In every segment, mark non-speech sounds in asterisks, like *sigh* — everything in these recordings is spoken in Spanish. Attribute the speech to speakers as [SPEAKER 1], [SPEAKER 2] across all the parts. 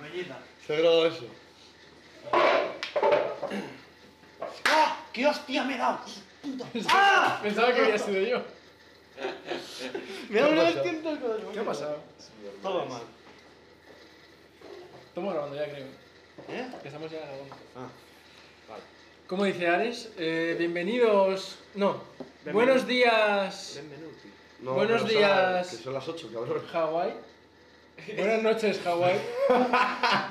[SPEAKER 1] Rellena.
[SPEAKER 2] Se ha grabado eso.
[SPEAKER 1] ¡Ah! ¡Qué hostia me he dado! *laughs* ¡Ah!
[SPEAKER 3] Pensaba que había sido yo.
[SPEAKER 1] Me he dado
[SPEAKER 2] ¿Qué
[SPEAKER 1] una hostia
[SPEAKER 2] ha pasado?
[SPEAKER 1] en todo el cuadro.
[SPEAKER 3] ¿Qué ha pasado?
[SPEAKER 1] Todo mal.
[SPEAKER 3] Estamos grabando ya, creo.
[SPEAKER 1] ¿Eh?
[SPEAKER 3] Que Estamos ya grabando.
[SPEAKER 1] Ah, vale.
[SPEAKER 3] Como dice Ares, eh, bienvenidos. No. Buenos días,
[SPEAKER 1] Benvenuti.
[SPEAKER 2] No,
[SPEAKER 3] Buenos
[SPEAKER 2] pero son las-
[SPEAKER 3] días.
[SPEAKER 2] que son las 8, cabrón. *laughs*
[SPEAKER 3] Hawái. Buenas noches, Hawái.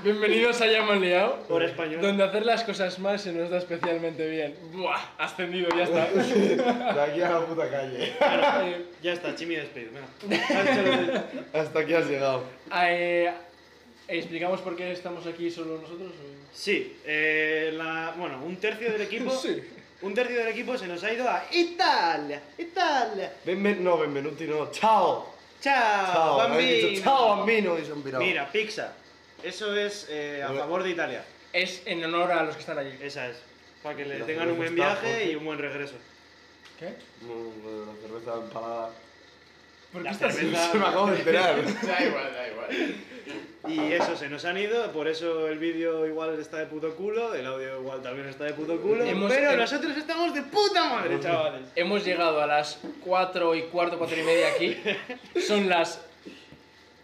[SPEAKER 3] bienvenidos a Llaman Liao.
[SPEAKER 1] Por español.
[SPEAKER 3] Donde hacer las cosas mal se nos da especialmente bien. Buah, ascendido, ya está.
[SPEAKER 2] De aquí a la puta calle.
[SPEAKER 3] Eh,
[SPEAKER 1] Ya está, Chimi despedido.
[SPEAKER 2] *laughs*
[SPEAKER 1] Venga.
[SPEAKER 2] Hasta aquí has llegado.
[SPEAKER 3] eh, ¿Explicamos por qué estamos aquí solo nosotros? o?
[SPEAKER 1] Sí, eh, la, bueno, un tercio del
[SPEAKER 2] *laughs*
[SPEAKER 1] equipo.
[SPEAKER 3] Sí.
[SPEAKER 1] Un tercio del equipo se nos ha ido a Italia. Italia.
[SPEAKER 2] Benven- no, Benvenuti no. Chao.
[SPEAKER 1] Chao,
[SPEAKER 2] Chao. han
[SPEAKER 1] bambino.
[SPEAKER 2] dicho, Chao, bambino. Y se han pirado.
[SPEAKER 1] Ah, Mira, pizza. Eso es eh, a
[SPEAKER 2] Hola.
[SPEAKER 1] favor de Italia.
[SPEAKER 3] Es en honor a los que están allí.
[SPEAKER 1] Esa es. Para que le
[SPEAKER 2] La
[SPEAKER 1] tengan un buen
[SPEAKER 2] cerveza está
[SPEAKER 1] viaje
[SPEAKER 2] fuerte.
[SPEAKER 1] y un buen regreso.
[SPEAKER 3] ¿Qué?
[SPEAKER 2] No, no, la cerveza empalada.
[SPEAKER 3] ¿Por qué
[SPEAKER 1] La
[SPEAKER 3] estás
[SPEAKER 1] cerveza-
[SPEAKER 2] Se me acabo de enterar.
[SPEAKER 4] Da igual, da igual.
[SPEAKER 1] Y eso, se nos han ido, por eso el vídeo igual está de puto culo, el audio igual también está de puto culo.
[SPEAKER 3] Hemos-
[SPEAKER 1] pero
[SPEAKER 3] hem-
[SPEAKER 1] nosotros estamos de puta madre, chavales.
[SPEAKER 3] Hemos em- llegado a las 4 y cuarto, 4 y media aquí. Son las.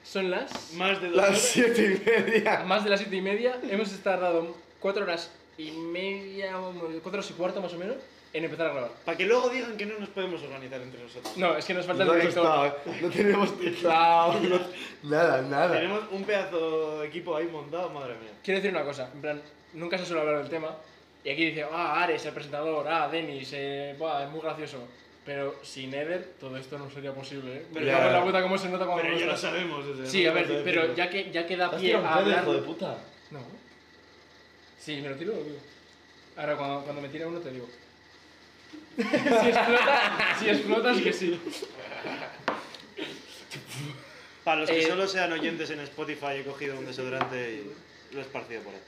[SPEAKER 3] Son las.
[SPEAKER 1] Más de dos
[SPEAKER 2] Las
[SPEAKER 1] horas.
[SPEAKER 2] 7 y media.
[SPEAKER 3] Más de las 7 y media. Hemos tardado 4 horas y media, 4 horas y cuarto más o menos, en empezar a grabar.
[SPEAKER 1] Para que luego digan que no nos podemos organizar entre nosotros.
[SPEAKER 3] No, es que nos falta
[SPEAKER 2] No,
[SPEAKER 3] el
[SPEAKER 2] he
[SPEAKER 3] director.
[SPEAKER 2] estado, eh. no tenemos teclado. no- nada, nada.
[SPEAKER 1] Tenemos un pedazo de equipo ahí montado, madre mía.
[SPEAKER 3] Quiero decir una cosa, en plan, nunca se suele hablar del tema. Y aquí dice, ah, Ares, el presentador, ah, Denis, eh, buah, es muy gracioso. Pero sin Eder todo esto no sería posible, ¿eh? Pero
[SPEAKER 2] Ya.
[SPEAKER 3] cago en la puta cómo se nota cuando
[SPEAKER 1] Pero ya
[SPEAKER 3] no
[SPEAKER 1] lo
[SPEAKER 3] estás.
[SPEAKER 1] sabemos. o sea,
[SPEAKER 3] Sí, a
[SPEAKER 1] no
[SPEAKER 3] ver,
[SPEAKER 1] pasa
[SPEAKER 3] pero
[SPEAKER 1] decirlo.
[SPEAKER 3] ya que, ya que da
[SPEAKER 2] Has
[SPEAKER 3] pie
[SPEAKER 2] tirado un
[SPEAKER 3] a
[SPEAKER 2] pedo,
[SPEAKER 3] hablar...
[SPEAKER 2] hijo de puta.
[SPEAKER 3] No. Sí, me lo tiro, lo digo. Ahora, cuando, cuando me tire uno, te digo. *laughs* si explotas, si explotas, que sí.
[SPEAKER 1] Para los que
[SPEAKER 3] eh,
[SPEAKER 1] solo sean oyentes en Spotify, he cogido un desodorante y lo he esparcido por ahí.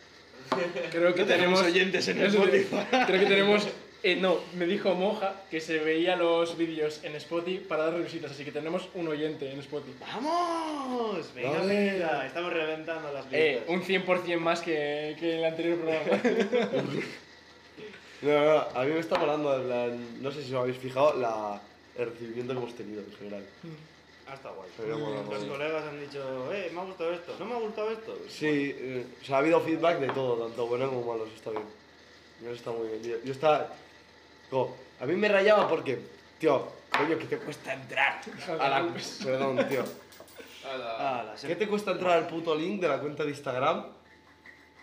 [SPEAKER 3] Creo que
[SPEAKER 1] No tenemos
[SPEAKER 3] tenemos.
[SPEAKER 1] oyentes en
[SPEAKER 3] Eso te-
[SPEAKER 1] Spotify.
[SPEAKER 3] Creo que tenemos. eh, no, me dijo Moja que se veía los vídeos en Spotify para dar visitas, así que tenemos un oyente en Spotify.
[SPEAKER 1] ¡Vamos! Venga,
[SPEAKER 2] Vale.
[SPEAKER 1] venga, estamos reventando las
[SPEAKER 3] Eh,
[SPEAKER 1] listas.
[SPEAKER 3] un 100% más que, que el anterior programa. *laughs*
[SPEAKER 2] No, no, a mí me está molando, en plan, no sé si os habéis fijado, la, el recibimiento que hemos tenido en general.
[SPEAKER 1] Ah, está guay.
[SPEAKER 2] Pero bueno, pues,
[SPEAKER 1] Los
[SPEAKER 2] bueno.
[SPEAKER 1] colegas han dicho, eh, me ha gustado esto, no me ha gustado esto.
[SPEAKER 2] Sí, eh, o sea, ha habido feedback de todo, tanto bueno como malo, eso está bien. Eso está muy bien. Yo, yo está... co, a mí me rayaba porque, tío, coño, que te cuesta entrar a la... *laughs* Perdón, tío.
[SPEAKER 4] Ala.
[SPEAKER 1] Ah, la
[SPEAKER 2] ¿Qué te cuesta entrar al puto link de la cuenta de Instagram?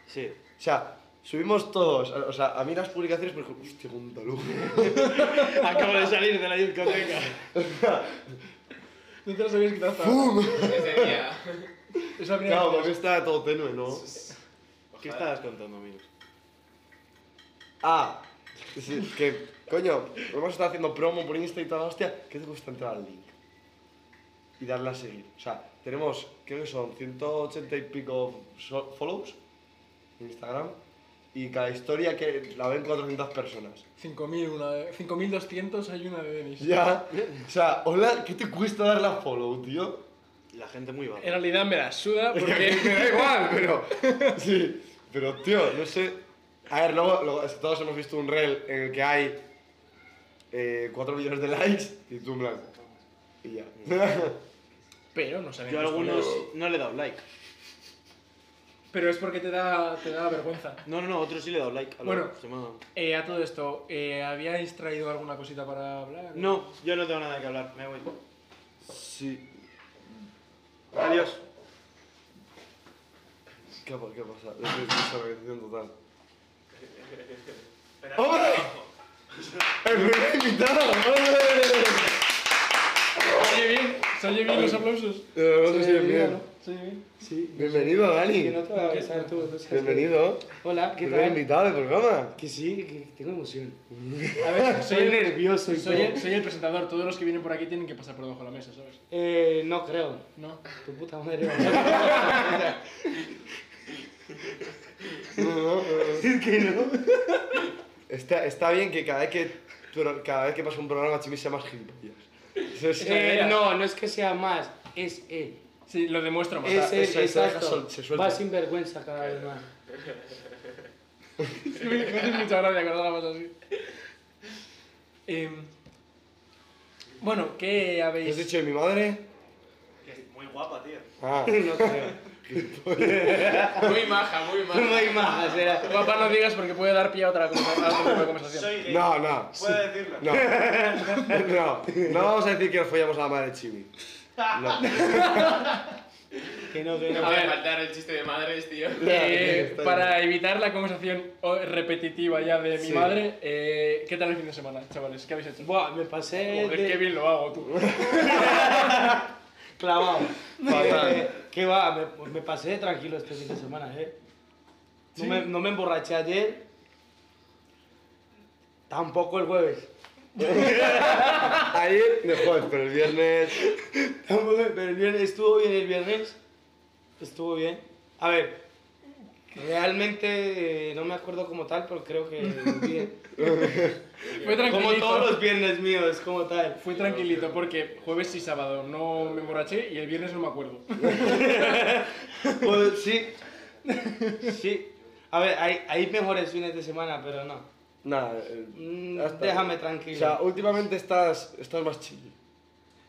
[SPEAKER 1] Sí. *laughs*
[SPEAKER 2] O sea, subimos todos, o sea, a mí las publicaciones, por ejemplo, hostia, punta luz.
[SPEAKER 1] Acabo de salir de la discoteca.
[SPEAKER 3] no te lo sabías que hasta ahora.
[SPEAKER 2] ¡Pum!
[SPEAKER 4] Ese día.
[SPEAKER 3] Es la primera
[SPEAKER 2] Claro,
[SPEAKER 3] vez que
[SPEAKER 2] porque está todo tenue, ¿no?
[SPEAKER 1] ¿Qué estabas contando, amigo?
[SPEAKER 2] Ah, sí, que, coño, hemos estado haciendo promo por Insta y toda la hostia. ¿Qué te cuesta entrar al link? Y darle a seguir. O sea, tenemos, creo que son 180 y pico so- follows en Instagram. Y cada historia que la ven 400 personas.
[SPEAKER 3] 5.000, una de- 5.200 hay una de Denis.
[SPEAKER 2] Ya. O sea, hola, ¿qué te cuesta darle a follow, tío?
[SPEAKER 1] La gente muy baja.
[SPEAKER 3] En realidad me la suda porque.
[SPEAKER 2] me da igual,
[SPEAKER 3] *laughs*
[SPEAKER 2] pero. Sí, pero tío, no sé. A ver, luego, luego, es que todos hemos visto un reel en el que hay eh, 4 millones de likes y tú en plan, Y ya.
[SPEAKER 3] pero no sabía.
[SPEAKER 1] Yo a
[SPEAKER 3] que esto-
[SPEAKER 1] algunos no le he dado like.
[SPEAKER 3] Pero es porque te da, te da vergüenza.
[SPEAKER 1] No, no, no, otros sí le he dado like. A lo-
[SPEAKER 3] Bueno.
[SPEAKER 1] se me ha-
[SPEAKER 3] Eh, a todo esto, eh, ¿habíais traído alguna cosita para hablar?
[SPEAKER 1] No, yo no tengo nada que hablar, me voy.
[SPEAKER 2] sí.
[SPEAKER 1] Adiós.
[SPEAKER 2] ¿Qué, pa- qué pasa? Es de- desorganización total.
[SPEAKER 4] ¡Hombre!
[SPEAKER 2] ¡El primer invitado! ¡Ole!
[SPEAKER 3] ¿Se oye bien? ¿Se oye bien los aplausos?
[SPEAKER 2] Eh, no sé si es bien.
[SPEAKER 3] ¿no? ¿Se oye bien?
[SPEAKER 2] Sí. Bienvenido, Dani.
[SPEAKER 3] Tengo que estar tú, tú sabes.
[SPEAKER 2] Bienvenido.
[SPEAKER 5] Hola, ¿qué
[SPEAKER 2] Primer
[SPEAKER 5] tal?
[SPEAKER 2] invitado del programa.
[SPEAKER 5] Que sí, que tengo emoción.
[SPEAKER 3] A ver, soy
[SPEAKER 5] Soy
[SPEAKER 3] el,
[SPEAKER 5] nervioso y
[SPEAKER 3] soy, el,
[SPEAKER 5] todo.
[SPEAKER 3] soy el presentador. Todos los que vienen por aquí tienen que pasar por debajo de la mesa, ¿sabes?
[SPEAKER 5] Eh, no creo.
[SPEAKER 3] No.
[SPEAKER 5] Tu puta madre. Eh, va.
[SPEAKER 2] Está, está bien que cada vez que, pero cada vez que pasa un programa, Chimi sea más gilipollas. Eso es-
[SPEAKER 5] Eh, no, no es que sea más, es él.
[SPEAKER 3] Sí, lo demuestra más.
[SPEAKER 5] Es
[SPEAKER 2] Ese-
[SPEAKER 5] el
[SPEAKER 2] esa- esa deja
[SPEAKER 5] exacto.
[SPEAKER 2] sol- se suelta.
[SPEAKER 5] Va sin vergüenza cada vez más.
[SPEAKER 3] Sí, *laughs* me me hace mucha gracia acordarla más así. Em, bueno, ¿qué
[SPEAKER 2] ¿Qué has
[SPEAKER 3] habéis...?
[SPEAKER 2] dicho de mi madre?
[SPEAKER 1] Que es muy guapa, tío.
[SPEAKER 5] *laughs*
[SPEAKER 2] Ah,
[SPEAKER 5] No creo.
[SPEAKER 4] Muy maja, muy maja.
[SPEAKER 5] No hay más. Era...
[SPEAKER 3] Papá, no digas porque puede dar pie a otra, conversa- a otro tipo de conversación.
[SPEAKER 1] Soy gay.
[SPEAKER 2] no, no.
[SPEAKER 1] Puedo decirlo.
[SPEAKER 2] No. No. No vamos a decir que nos follamos a la madre de Chibi. No.
[SPEAKER 5] Que no, que
[SPEAKER 4] No
[SPEAKER 5] no.
[SPEAKER 4] puede
[SPEAKER 3] ver.
[SPEAKER 4] faltar el chiste de madres, tío.
[SPEAKER 3] Eh,
[SPEAKER 2] Está bien.
[SPEAKER 3] para evitar la conversación o- repetitiva ya de mi
[SPEAKER 2] Sí.
[SPEAKER 3] madre, eh, ¿qué tal el fin de semana, chavales? ¿Qué habéis hecho?
[SPEAKER 5] Buah, me pasé
[SPEAKER 3] Joder, qué
[SPEAKER 5] de...
[SPEAKER 3] bien lo hago, tú.
[SPEAKER 5] clavado.
[SPEAKER 2] Fatal.
[SPEAKER 5] Eh, ¿Qué va? Me, me pasé tranquilo este fin de semana, ¿eh? No, me, no me emborraché ayer. Tampoco el jueves.
[SPEAKER 2] Ayer me jodes, pero el viernes.
[SPEAKER 5] Tampoco, pero el viernes estuvo bien el viernes. Estuvo bien. A ver, realmente eh, no me acuerdo como tal, pero creo que bien.
[SPEAKER 3] Fue
[SPEAKER 5] Como
[SPEAKER 3] tranquilito.
[SPEAKER 5] todos los viernes míos, como tal.
[SPEAKER 3] Fue tranquilito porque jueves y sábado no me emborraché y el viernes no me acuerdo.
[SPEAKER 5] Pues, sí. Sí. A ver, hay, hay mejores fines de semana, pero no.
[SPEAKER 2] Nada. eh,
[SPEAKER 5] Mm,
[SPEAKER 2] ya está.
[SPEAKER 5] déjame
[SPEAKER 2] O
[SPEAKER 5] tranquilo.
[SPEAKER 2] sea, últimamente estás, estás más chill.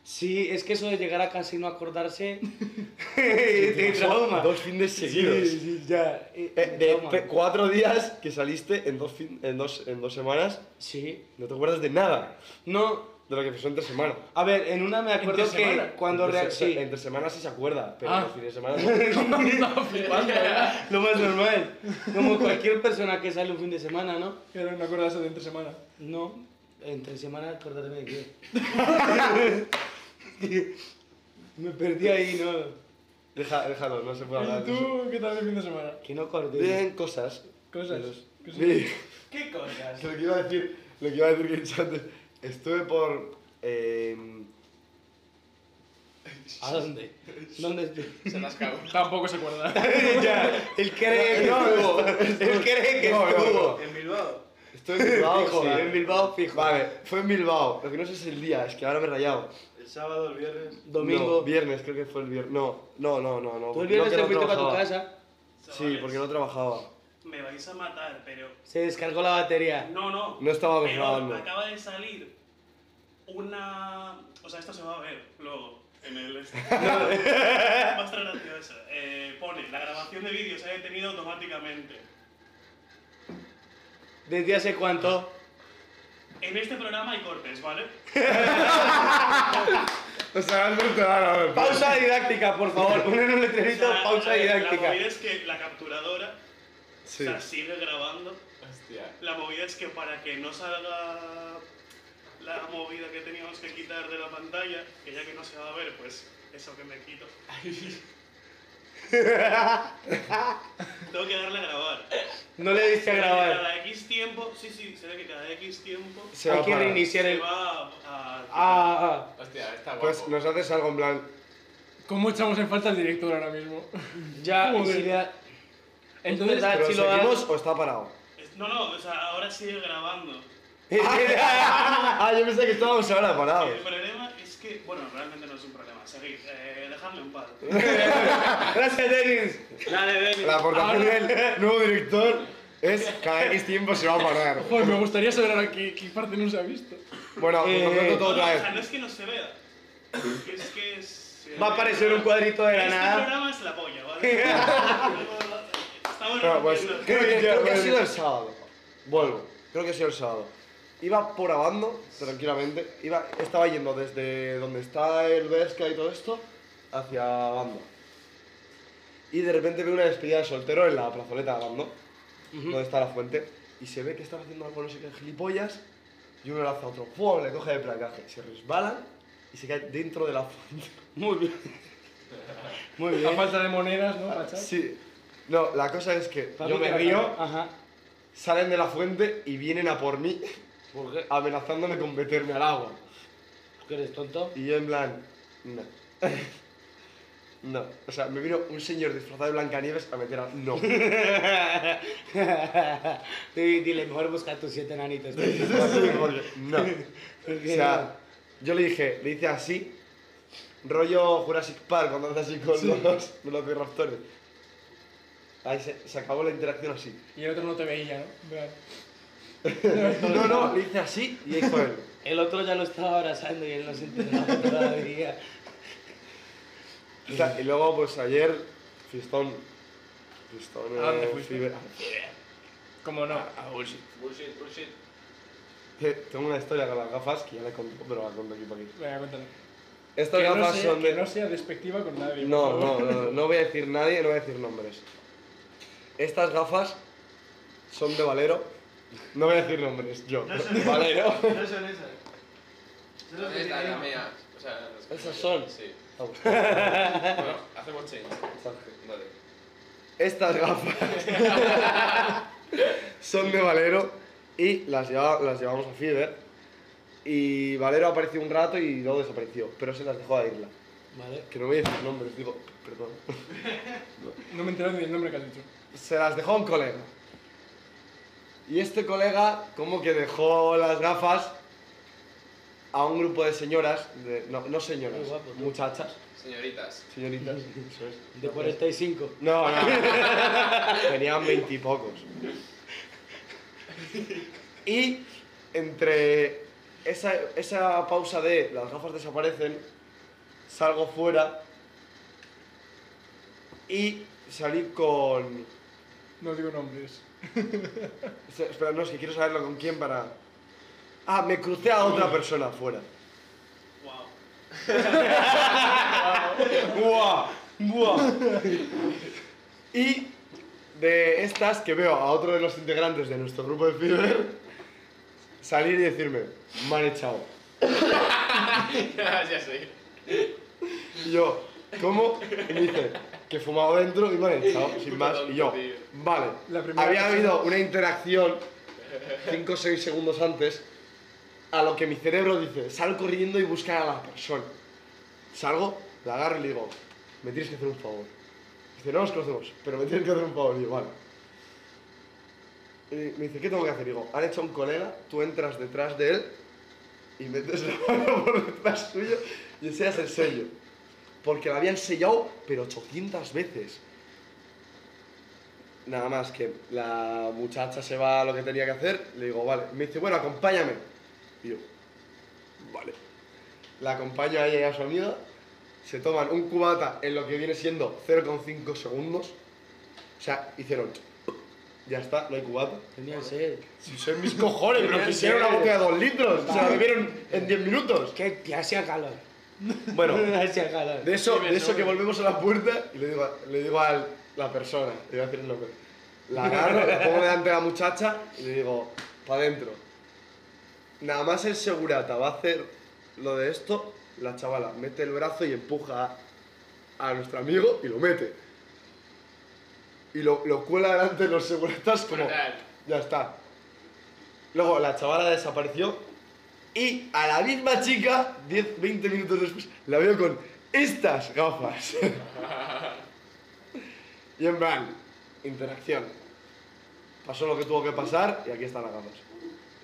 [SPEAKER 5] Sí, es que eso de llegar a casa y no
[SPEAKER 2] *laughs*
[SPEAKER 5] acordarse te trauma.
[SPEAKER 2] Dos fines seguidos.
[SPEAKER 5] Sí, sí,
[SPEAKER 3] *laughs*
[SPEAKER 5] ya. eh,
[SPEAKER 2] Eh,
[SPEAKER 5] me
[SPEAKER 2] de
[SPEAKER 5] trauma.
[SPEAKER 2] pe- cuatro días que saliste en dos, fin- en, dos, en dos semanas,
[SPEAKER 5] Sí.
[SPEAKER 2] no te acuerdas de nada
[SPEAKER 5] No,
[SPEAKER 2] de lo que pasó entre semana.
[SPEAKER 5] a ver, en una me acuerdo
[SPEAKER 3] Entre
[SPEAKER 5] que
[SPEAKER 3] semana.
[SPEAKER 5] cuando
[SPEAKER 2] entre, se-
[SPEAKER 5] reaccioné.
[SPEAKER 2] entre semana sí se acuerda, pero
[SPEAKER 3] Ah.
[SPEAKER 2] los fines de semana *laughs* no.
[SPEAKER 5] Lo más normal. Como cualquier persona que sale un fin de semana, ¿no?
[SPEAKER 3] Pero no me acuerdo de eso de entre semana.
[SPEAKER 5] No. Entre semana, acordarme de qué. me perdí ahí, ¿no?
[SPEAKER 2] Deja- déjalo, no se puede hablar.
[SPEAKER 3] ¿Y
[SPEAKER 2] de eso.
[SPEAKER 3] tú qué tal el fin de semana?
[SPEAKER 5] Que no acordé.
[SPEAKER 2] Bien, cosas.
[SPEAKER 3] Cosas.
[SPEAKER 2] Dios.
[SPEAKER 3] cosas.
[SPEAKER 2] Sí.
[SPEAKER 1] ¿Qué cosas?
[SPEAKER 2] lo que iba a decir, lo que iba a decir que he dicho antes, estuve por. eh,
[SPEAKER 5] ¿A dónde? ¿Dónde estoy?
[SPEAKER 4] Se las cago.
[SPEAKER 3] Tampoco se acuerda.
[SPEAKER 5] ya, él
[SPEAKER 2] *laughs*
[SPEAKER 5] cree que
[SPEAKER 2] Eh, No,
[SPEAKER 5] estuvo. Él cree que
[SPEAKER 2] No, no,
[SPEAKER 5] estuvo.
[SPEAKER 1] En Bilbao.
[SPEAKER 2] estuve en Bilbao,
[SPEAKER 5] Fijo,
[SPEAKER 2] sí.
[SPEAKER 5] en Bilbao, fijo.
[SPEAKER 2] Vale, fue en Bilbao. Lo que no sé es el día, es que ahora me he rayado.
[SPEAKER 1] El sábado, el viernes.
[SPEAKER 2] No,
[SPEAKER 5] Domingo.
[SPEAKER 2] viernes, creo que fue el viernes. No, no, no, no. no
[SPEAKER 5] Tú el
[SPEAKER 2] porque no,
[SPEAKER 5] viernes
[SPEAKER 2] que
[SPEAKER 5] te
[SPEAKER 2] no
[SPEAKER 5] fuiste para tu
[SPEAKER 2] trabajaba.
[SPEAKER 5] casa.
[SPEAKER 2] Sí, porque no trabajaba.
[SPEAKER 6] Me vais a matar, pero.
[SPEAKER 5] Se descargó la batería.
[SPEAKER 6] No, no.
[SPEAKER 2] No estaba
[SPEAKER 6] pero
[SPEAKER 2] grabando.
[SPEAKER 6] acaba de salir una. O sea, esto se va a ver luego en el. *laughs* Va a estar gracioso. Eh, pone: la grabación de vídeo se ha detenido automáticamente.
[SPEAKER 5] ¿Desde hace cuánto?
[SPEAKER 6] En este programa hay cortes, ¿vale?
[SPEAKER 2] O sea, Alberto, ahora, a ver, pues.
[SPEAKER 5] Pausa didáctica,
[SPEAKER 2] *laughs*
[SPEAKER 5] por favor. Poner un
[SPEAKER 6] O
[SPEAKER 5] letrerito,
[SPEAKER 6] sea,
[SPEAKER 5] pausa
[SPEAKER 6] la- La
[SPEAKER 5] didáctica.
[SPEAKER 6] movida es que la capturadora
[SPEAKER 2] Sí.
[SPEAKER 6] o sea, sigue grabando.
[SPEAKER 4] Hostia.
[SPEAKER 6] La movida es que para que no salga la movida que teníamos que quitar de la pantalla, que ya que no se va a ver, pues eso que me quito. *laughs* Tengo que darle a grabar.
[SPEAKER 5] No le diste a grabar.
[SPEAKER 6] Cada X tiempo, sí, sí, se ve que cada X tiempo
[SPEAKER 2] Se va
[SPEAKER 5] Hay que
[SPEAKER 2] para.
[SPEAKER 5] reiniciar
[SPEAKER 6] se
[SPEAKER 5] el.
[SPEAKER 6] va a. a-
[SPEAKER 5] Ah, ah.
[SPEAKER 4] Hostia, está guapo.
[SPEAKER 2] Pues nos haces algo en plan.
[SPEAKER 3] ¿Cómo echamos en falta al director ahora mismo? *laughs*
[SPEAKER 5] Ya, y
[SPEAKER 3] Joder.
[SPEAKER 5] si le da-
[SPEAKER 3] Entonces,
[SPEAKER 5] Ah,
[SPEAKER 2] ¿Pero
[SPEAKER 5] si lo
[SPEAKER 2] seguimos
[SPEAKER 5] hago.
[SPEAKER 2] o está parado?
[SPEAKER 6] es- No, no, o sea, ahora sigue grabando.
[SPEAKER 2] *laughs* ah, yo pensé que estábamos ahora
[SPEAKER 5] Ah.
[SPEAKER 2] parados.
[SPEAKER 6] El problema es que, bueno, realmente no es un problema, seguid, eh, dejadme
[SPEAKER 5] *laughs*
[SPEAKER 6] un par.
[SPEAKER 5] Gracias, Denis.
[SPEAKER 1] Dale, Denis.
[SPEAKER 2] La aportación del nuevo director es cada X tiempo se va a parar.
[SPEAKER 3] Joder, me gustaría saber ahora qué, qué parte no se ha visto.
[SPEAKER 2] Bueno,
[SPEAKER 5] Eh,
[SPEAKER 2] pues lo cuento todo
[SPEAKER 6] No,
[SPEAKER 2] otra
[SPEAKER 6] no, O sea,
[SPEAKER 2] vez.
[SPEAKER 6] no es que no se vea. Es que es. eh,
[SPEAKER 5] Va a aparecer un cuadrito de la
[SPEAKER 6] este
[SPEAKER 5] nada.
[SPEAKER 6] programa es la polla, ¿vale?
[SPEAKER 5] *laughs*
[SPEAKER 6] Estamos
[SPEAKER 2] Bueno, pues
[SPEAKER 6] repitiendo.
[SPEAKER 2] creo que,
[SPEAKER 5] Ya,
[SPEAKER 2] creo que ha
[SPEAKER 5] bueno.
[SPEAKER 2] sido el sábado. Vuelvo, creo que ha sido el sábado. Iba por Abando, tranquilamente. Iba, estaba yendo desde donde está el Vesca y todo esto hacia Abando. Y de repente veo una despedida de soltero en la plazoleta de Abando, donde está la fuente. Y se ve que están haciendo algo, no sé qué, gilipollas. Y uno le hace a otro, ¡pum! Le coge de placaje. Se resbalan y se cae dentro de la fuente.
[SPEAKER 5] Muy bien. Muy
[SPEAKER 3] A
[SPEAKER 5] bien.
[SPEAKER 3] falta de monedas, ¿no? Pachá?
[SPEAKER 2] Sí. No, la cosa es que
[SPEAKER 5] Papi,
[SPEAKER 2] yo me
[SPEAKER 5] te
[SPEAKER 2] río.
[SPEAKER 5] regalo. Ajá.
[SPEAKER 2] salen de la fuente y vienen a por mí amenazándome con meterme al agua.
[SPEAKER 5] ¿Que eres *laughs* tonto?
[SPEAKER 2] Y yo en plan, no. *laughs* No, o sea, me vino un señor disfrazado de Blancanieves a meter a... No. *laughs*
[SPEAKER 5] Di- Dile, mejor busca tus siete nanitos. *laughs*
[SPEAKER 2] Sí, porque- no. O sea, yo le dije, le hice así Rollo Jurassic Park cuando andas así con los velociraptores. Ahí se, se acabó la interacción así.
[SPEAKER 3] Y el otro no te veía, ¿no? En plan,
[SPEAKER 2] *laughs* No, no, le hice así y ahí fue él.
[SPEAKER 5] El otro ya lo estaba abrazando y él no se enteraba *laughs* todavía.
[SPEAKER 2] O sea, Y luego, pues ayer, Fistón. Fistón.
[SPEAKER 3] ¿A dónde
[SPEAKER 2] eh,
[SPEAKER 3] fuiste?
[SPEAKER 2] ciber-
[SPEAKER 3] ¿Cómo no? Ah,
[SPEAKER 4] Bullshit, bullshit.
[SPEAKER 2] Te- *laughs* Tengo una historia con las gafas que ya le conté, pero la cuento aquí para aquí.
[SPEAKER 3] Venga, cuéntalo.
[SPEAKER 2] Estas
[SPEAKER 3] Que no,
[SPEAKER 2] gafas
[SPEAKER 3] sea,
[SPEAKER 2] son de.
[SPEAKER 3] que no sea despectiva con nadie. por
[SPEAKER 2] No,
[SPEAKER 3] favor.
[SPEAKER 2] no, no, no voy a decir nadie, no voy a decir nombres. Estas gafas son de Valero. No voy a decir nombres, yo.
[SPEAKER 6] No sé.
[SPEAKER 2] Valero.
[SPEAKER 6] No son esas. Son las que
[SPEAKER 4] ¿Dónde está
[SPEAKER 6] tiene
[SPEAKER 4] la
[SPEAKER 6] ahí.
[SPEAKER 4] mía? O sea, las que-
[SPEAKER 2] ¿Esas son?
[SPEAKER 4] Sí.
[SPEAKER 2] Vamos.
[SPEAKER 4] *laughs* Bueno, hacemos change. Dale.
[SPEAKER 2] Estas gafas *laughs* son de Valero y las, lleva- las llevamos a Fiverr. Y Valero apareció un rato y luego desapareció, pero se las dejó a Isla.
[SPEAKER 5] Vale.
[SPEAKER 2] Que no voy a decir nombres, digo, perdón.
[SPEAKER 3] *laughs* No me entero ni del nombre que has dicho.
[SPEAKER 2] se las dejó a un colega. Y este colega, como que dejó las gafas a un grupo de señoras, de- no, no señoras,
[SPEAKER 5] Muy guapo, tú.
[SPEAKER 2] muchachas,
[SPEAKER 4] Señoritas.
[SPEAKER 2] señoritas. eso es.
[SPEAKER 5] De 45.
[SPEAKER 2] No, no. Tenían veintipocos. Y entre esa, esa pausa de las gafas desaparecen, salgo fuera y salí con
[SPEAKER 3] No digo nombres.
[SPEAKER 2] Se- Espera, no, es que quiero saberlo con quién para. Ah, me crucé a otra persona afuera.
[SPEAKER 6] Wow.
[SPEAKER 2] ¡Buah! ¡Buah! Y de estas que veo a otro de los integrantes de nuestro grupo de Fiverr salir y decirme, me han echado.
[SPEAKER 4] *laughs* ya sé.
[SPEAKER 2] Y yo, ¿cómo? Y me dice, que fumaba dentro y me han echado, sin más. Y yo, vale.
[SPEAKER 3] La primera
[SPEAKER 2] Había
[SPEAKER 3] persona-
[SPEAKER 2] habido una interacción 5 o 6 segundos antes a lo que mi cerebro dice, sal corriendo y busca a la persona. Salgo, la agarro y le digo, me tienes que hacer un favor. Dice, no nos conocemos, pero me tienes que hacer un favor. Y yo, vale. Y me dice, ¿qué tengo que hacer? Y digo, han hecho a un colega, tú entras detrás de él y metes la *laughs* mano por detrás suyo y enseñas el sello. Porque la habían sellado, pero 800 veces. Nada más que la muchacha se va a lo que tenía que hacer, le digo, vale. Me dice, bueno, acompáñame. Y yo, vale. La acompaño a ella y a su amiga. Se toman un cubata en lo que viene siendo 0,5 segundos. O sea, hicieron. Ya está, no hay cubata.
[SPEAKER 5] Tenían sed.
[SPEAKER 2] Si son mis *laughs* cojones, pero
[SPEAKER 5] Bien,
[SPEAKER 2] quisieron una
[SPEAKER 5] bien.
[SPEAKER 2] botella de 2 litros. Se la bebieron en 10 minutos.
[SPEAKER 5] Que que hacía calor.
[SPEAKER 2] Bueno,
[SPEAKER 5] Hacía calor.
[SPEAKER 2] de eso, de eso que volvemos a la puerta y le digo, a- le digo a la persona, le voy a decir el nombre. La agarro, la pongo delante de la muchacha y le digo, pa' adentro. Nada más el segurata va a hacer lo de esto, la chavala mete el brazo y empuja a, a nuestro amigo y lo mete. Y lo, lo cuela delante de los seguratas como...
[SPEAKER 4] Brutal.
[SPEAKER 2] Ya está. Luego la chavala desapareció y a la misma chica, 10, 20 minutos después, la veo con estas gafas. y en plan, interacción. Pasó lo que tuvo que pasar y aquí están las gafas.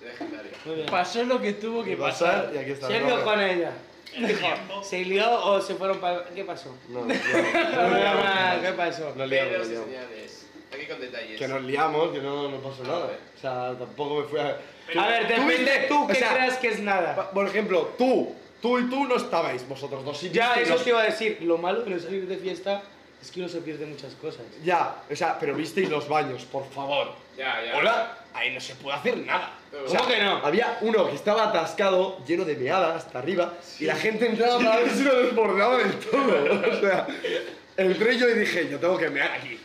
[SPEAKER 4] Legendario.
[SPEAKER 5] Muy bien.
[SPEAKER 3] Pasó lo que tuvo que
[SPEAKER 2] Y
[SPEAKER 3] pasar.
[SPEAKER 2] pasar y aquí están
[SPEAKER 5] ¿Se
[SPEAKER 2] las
[SPEAKER 5] lió
[SPEAKER 2] gafas.
[SPEAKER 5] con ella?
[SPEAKER 6] El tiempo.
[SPEAKER 5] ¿Se lió o se fueron para.? ¿Qué pasó?
[SPEAKER 2] No, no, no,
[SPEAKER 5] Ah, ¿Qué pasó?
[SPEAKER 2] no liamos,
[SPEAKER 4] Pero
[SPEAKER 2] no
[SPEAKER 4] sí,
[SPEAKER 2] liamos.
[SPEAKER 4] señales. Aquí con detalles.
[SPEAKER 2] Que nos liamos, que no, no pasó nada. O sea, tampoco me fui a...
[SPEAKER 5] A ver,
[SPEAKER 2] Tú
[SPEAKER 5] depende
[SPEAKER 2] viste-
[SPEAKER 5] tú que
[SPEAKER 2] o sea,
[SPEAKER 5] creas que es nada.
[SPEAKER 2] Pa- Por ejemplo, tú, tú y tú no estabais, vosotros dos. sí
[SPEAKER 5] Ya,
[SPEAKER 2] visteis
[SPEAKER 5] eso
[SPEAKER 2] los-
[SPEAKER 5] te iba a decir. Lo malo de no salir de fiesta es que uno se pierde muchas cosas.
[SPEAKER 2] Ya, o sea, pero visteis los baños, por favor.
[SPEAKER 4] Ya, ya.
[SPEAKER 2] Hola, ahí no se puede hacer nada.
[SPEAKER 4] Pero,
[SPEAKER 2] O sea,
[SPEAKER 4] ¿cómo
[SPEAKER 5] que no?
[SPEAKER 2] Había uno que estaba atascado, lleno de meada hasta arriba, y la gente entraba para ver si lo desbordaba del todo. *laughs* O sea, entré yo y dije, yo tengo que mear aquí.